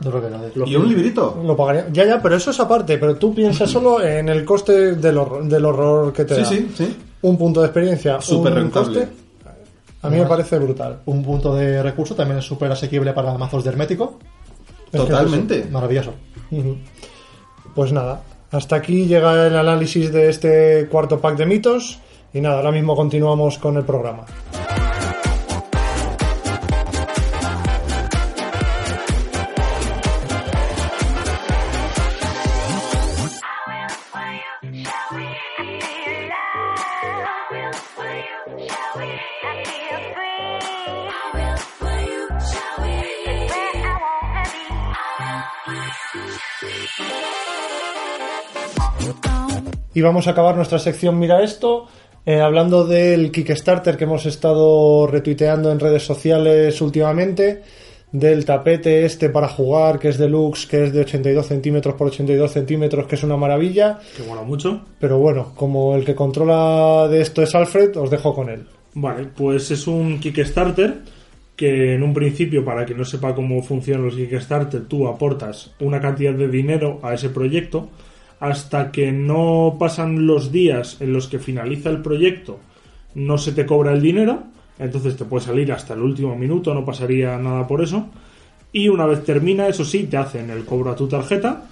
S1: No creo que nadie.
S3: ¿Y un librito?
S4: Lo pagaría. Ya, ya, pero eso es aparte. Pero tú piensas solo en el coste del horror, del horror que te
S3: Sí,
S4: da.
S3: sí, sí.
S4: Un punto de experiencia.
S3: Súper
S4: un
S3: rentable.
S4: coste, A mí me parece brutal.
S1: Un punto de recurso también es súper asequible para mazos de hermético.
S4: que no sé.
S3: Totalmente.
S1: Maravilloso.
S4: Ujú. Pues nada, hasta aquí llega el análisis de este cuarto pack de mitos. Y nada, ahora mismo continuamos con el programa.
S6: Shall we?
S4: Y vamos a acabar nuestra sección Mira esto, eh, hablando del Kickstarter que hemos estado retuiteando en redes sociales últimamente, del tapete este para jugar, que es deluxe, que es de 82 centímetros por 82 centímetros, que es una maravilla.
S2: Que mola mucho.
S4: Pero bueno, como el que controla de esto es Alfred, os dejo con él.
S2: Vale, pues es un Kickstarter que en un principio, para que no sepa cómo funcionan los Kickstarter, tú aportas una cantidad de dinero a ese proyecto hasta que no pasan los días en los que finaliza el proyecto, no se te cobra el dinero, entonces te puede salir hasta el último minuto, no pasaría nada por eso. Y una vez termina, eso sí, te hacen el cobro a tu tarjeta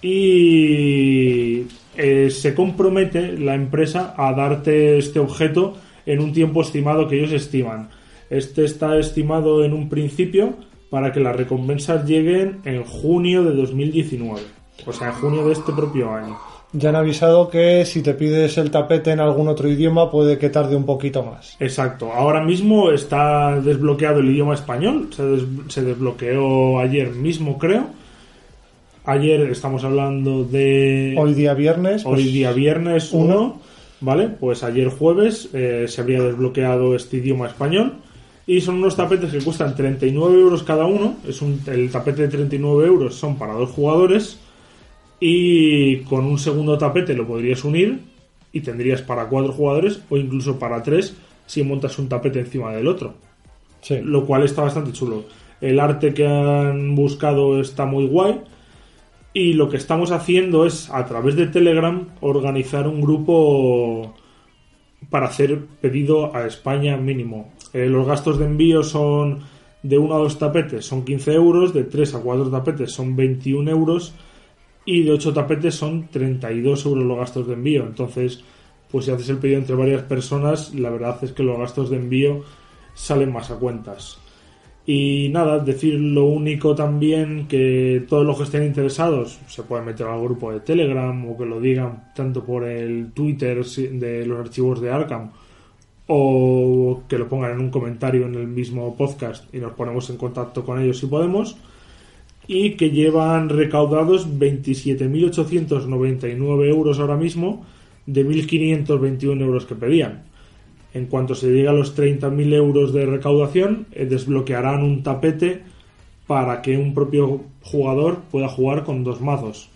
S2: y eh, se compromete la empresa a darte este objeto en un tiempo estimado que ellos estiman. Este está estimado en un principio para que las recompensas lleguen en junio de 2019, o sea, en junio de este propio año.
S4: Ya han avisado que si te pides el tapete en algún otro idioma puede que tarde un poquito más.
S2: Exacto, ahora mismo está desbloqueado el idioma español, se, des- se desbloqueó ayer mismo creo. Ayer estamos hablando de...
S4: Hoy día viernes.
S2: Hoy
S4: pues,
S2: día viernes 1, ¿vale? Pues ayer jueves eh, se habría desbloqueado este idioma español. Y son unos tapetes que cuestan 39 euros cada uno. Es un, el tapete de 39 euros son para dos jugadores. Y con un segundo tapete lo podrías unir y tendrías para cuatro jugadores o incluso para tres si montas un tapete encima del otro
S4: sí.
S2: lo cual está bastante chulo. El arte que han buscado está muy guay. Y lo que estamos haciendo es, a través de Telegram, organizar un grupo para hacer pedido a España mínimo. Eh, los gastos de envío son de 1 a 2 tapetes son 15 euros, de 3 a 4 tapetes son 21 euros y de 8 tapetes son 32 euros los gastos de envío. Entonces, pues si haces el pedido entre varias personas, la verdad es que los gastos de envío salen más a cuentas. Y nada, decir lo único también que todos los que estén interesados se pueden meter al grupo de Telegram o que lo digan tanto por el Twitter si- de los archivos de Arkham o que lo pongan en un comentario en el mismo podcast y nos ponemos en contacto con ellos si podemos y que llevan recaudados 27.899 euros ahora mismo de 1.521 euros que pedían. En cuanto se llegue a los 30.000 euros de recaudación, eh, desbloquearán un tapete para que un propio jugador pueda jugar con dos mazos.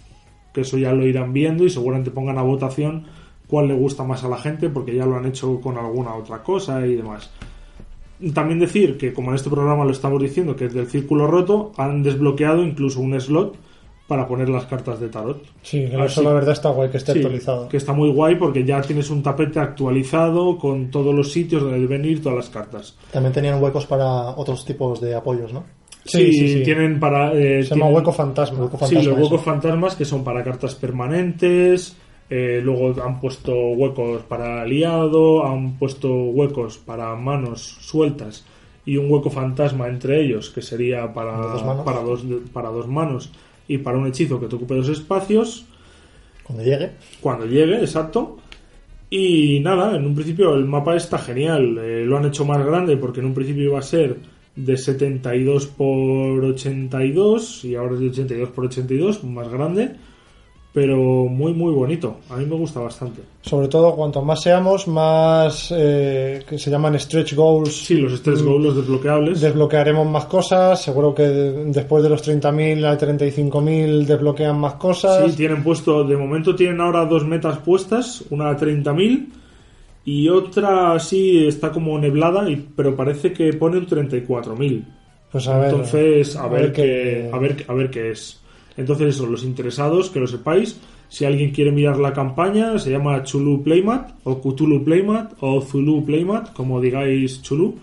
S2: Que eso ya lo irán viendo y seguramente pongan a votación cuál le gusta más a la gente porque ya lo han hecho con alguna otra cosa y demás. También decir que como en este programa lo estamos diciendo que es del círculo roto, han desbloqueado incluso un slot para poner las cartas de tarot.
S4: Sí, que
S2: Ah,
S4: eso
S2: sí.
S4: la verdad está guay que esté
S2: Sí,
S4: actualizado.
S2: Que está muy guay porque ya tienes un tapete actualizado con todos los sitios donde deben ir todas las cartas.
S1: También tenían huecos para otros tipos de apoyos, ¿no?
S4: Sí, sí, sí.
S2: tienen para. eh,
S4: Se llama
S2: tienen-
S4: Hueco Fantasma.
S1: Hueco
S2: Sí,
S1: Fantasma,
S2: los huecos
S1: eso.
S2: fantasmas que son para cartas permanentes. eh, luego han puesto huecos para aliado, han puesto huecos para manos sueltas y un hueco fantasma entre ellos que sería para
S1: ¿De dos manos?
S2: para dos para dos manos y para un hechizo que te ocupe dos espacios.
S1: Cuando llegue.
S2: cuando llegue, exacto. Y nada, en un principio el mapa está genial. eh, lo han hecho más grande porque en un principio iba a ser de 72 por 82 y ahora es de 82 por 82, más grande. pero muy, muy bonito. A mí me gusta bastante.
S4: Sobre todo, cuanto más seamos, más eh, que se llaman stretch goals.
S2: Sí, los stress goals, los desbloqueables.
S4: Desbloquearemos más cosas. Seguro que de- después de los 30.000 a 35.000 desbloquean más cosas.
S2: Sí, tienen puesto, de momento tienen ahora dos metas puestas, una a 30.000 y otra así está como neblada, y, pero parece que pone un 34.000.
S4: pues a ver.
S2: Entonces, a, ver, qué,
S4: que-
S2: a, ver, a ver qué es. Entonces, eso, los interesados, que lo sepáis, si alguien quiere mirar la campaña, se llama Chulu Playmat, o Cthulhu Playmat, o Zulu Playmat, como digáis Chulu.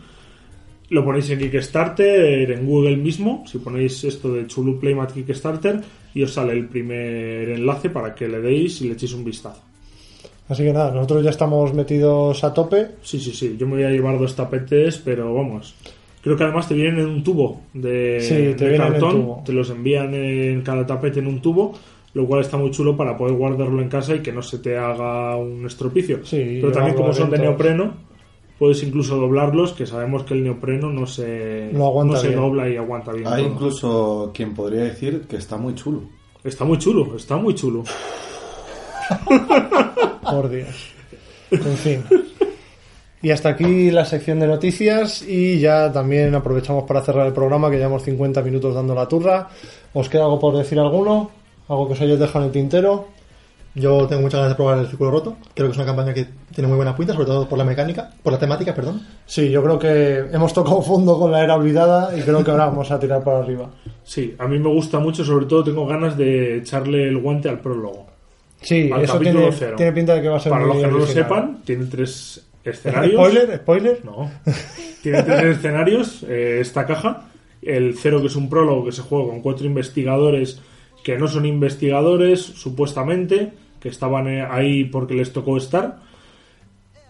S2: Lo ponéis en Kickstarter, en Google mismo, si ponéis esto de Chulu Playmat Kickstarter, y os sale el primer enlace para que le deis y le echéis un vistazo.
S4: Así que nada, nosotros ya estamos metidos a tope.
S2: Sí, sí, sí, yo me voy a llevar dos tapetes, pero vamos. Creo que además te vienen en un tubo de,
S4: Sí, te
S2: de
S4: vienen en
S2: cartón,
S4: tubo.
S2: te los envían en cada tapete en un tubo, lo cual está muy chulo para poder guardarlo en casa y que no se te haga un estropicio.
S4: Sí,
S2: pero
S4: llevarlo
S2: también como son de
S4: eventos.
S2: neopreno, puedes incluso doblarlos, que sabemos que el neopreno no se,
S4: Lo aguanta
S2: no se
S4: bien.
S2: dobla y aguanta bien.
S3: Hay
S2: todo.
S3: incluso quien podría decir que está muy chulo.
S2: Está muy chulo, está muy chulo.
S1: Ah.
S4: Por Dios. En fin. Y hasta aquí la sección de noticias y ya también aprovechamos para cerrar el programa que llevamos 50 minutos dando la turra. ¿Os queda algo por decir alguno? ¿Algo que os hayáis dejado en el tintero?
S1: Yo tengo muchas ganas de probar el círculo roto. Creo que es una campaña que tiene muy buena pinta, sobre todo por la mecánica, por la temática, perdón.
S4: Sí, yo creo que hemos tocado fondo con la era olvidada y creo que ahora vamos a tirar para arriba.
S2: Sí, a mí me gusta mucho, sobre todo tengo ganas de echarle el guante al prólogo.
S4: Sí,
S2: Al
S4: eso
S2: capítulo
S4: tiene,
S2: cero.
S4: tiene pinta de que va a ser
S2: Para
S4: muy
S2: los que no lo
S4: original.
S2: sepan, tiene tres escenarios.
S4: ¿Spoiler? ¿Spoiler?
S2: No. Tiene tres escenarios eh, esta caja. El cero, que es un prólogo que se juega con cuatro investigadores que no son investigadores, supuestamente, que estaban eh, ahí porque les tocó estar.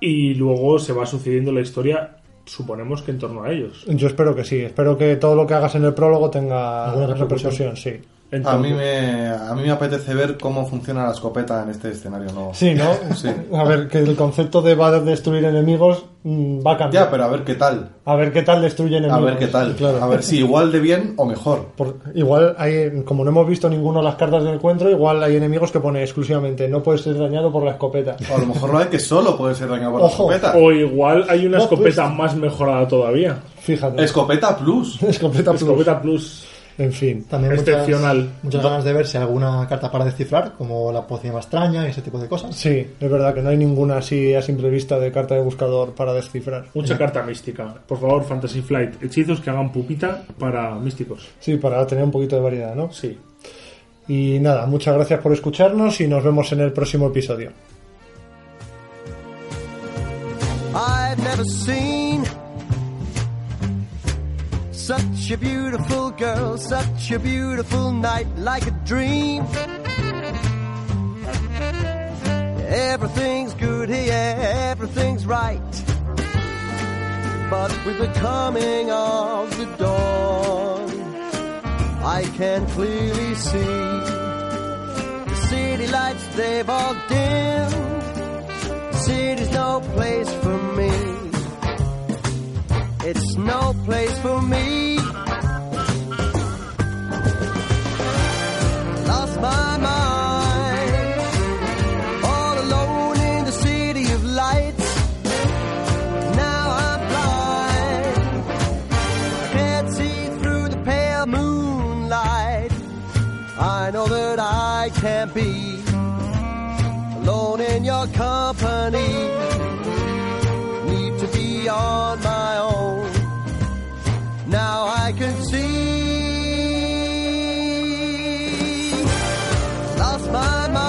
S2: Y luego se va sucediendo la historia, suponemos que en torno a ellos.
S4: Yo espero que sí. Espero que todo lo que hagas en el prólogo tenga
S1: Alguna repercusión.
S4: repercusión, sí.
S3: A mí,
S2: Entonces,
S3: me, a mí me apetece ver cómo funciona la escopeta en este escenario. ¿no?
S4: Sí, ¿no?
S3: Sí.
S4: A ver, que el concepto de va a destruir enemigos mm, va a cambiar.
S3: Ya, pero a ver qué tal.
S4: A ver qué tal destruye
S3: A
S4: enemigos.
S3: ver qué tal.
S4: Claro.
S3: A ver si igual de bien o mejor.
S4: Por- igual hay, como no hemos visto ninguno las cartas del encuentro, igual hay enemigos que pone exclusivamente no puedes ser dañado por la escopeta.
S3: O a lo mejor no hay que solo puede ser dañado por la
S4: Ojo.
S3: escopeta.
S2: O igual hay una
S4: No, pues,
S2: escopeta más mejorada todavía.
S4: Fíjate.
S3: Escopeta plus.
S4: Escopeta plus.
S2: Escopeta Plus.
S4: En fin.
S1: También muchas-
S2: Excepcional.
S1: Muchas, ganas de ver si hay alguna carta para descifrar, como la poción más extraña y ese tipo de cosas.
S4: Sí, es verdad que no hay ninguna así a simple vista de carta de buscador para descifrar.
S2: Mucha carta mística. Por favor, Fantasy Flight. Hechizos que hagan pupita para místicos.
S4: Sí, para tener un poquito de variedad, ¿no?
S2: Sí.
S4: Y nada, muchas gracias por escucharnos y nos vemos en el próximo episodio.
S7: I've never seen such a beautiful girl, such a beautiful night, like a dream. Everything's good here, everything's right. But with the coming of the dawn, I can clearly see the city lights, they've all dimmed city's no place for me. It's no place for me. Lost my mind, all alone in the city of lights. Now I'm blind, I can't see through the pale moonlight. I know that I can't be alone in your company. Need to be on my own. Now I can see. Lost my mind.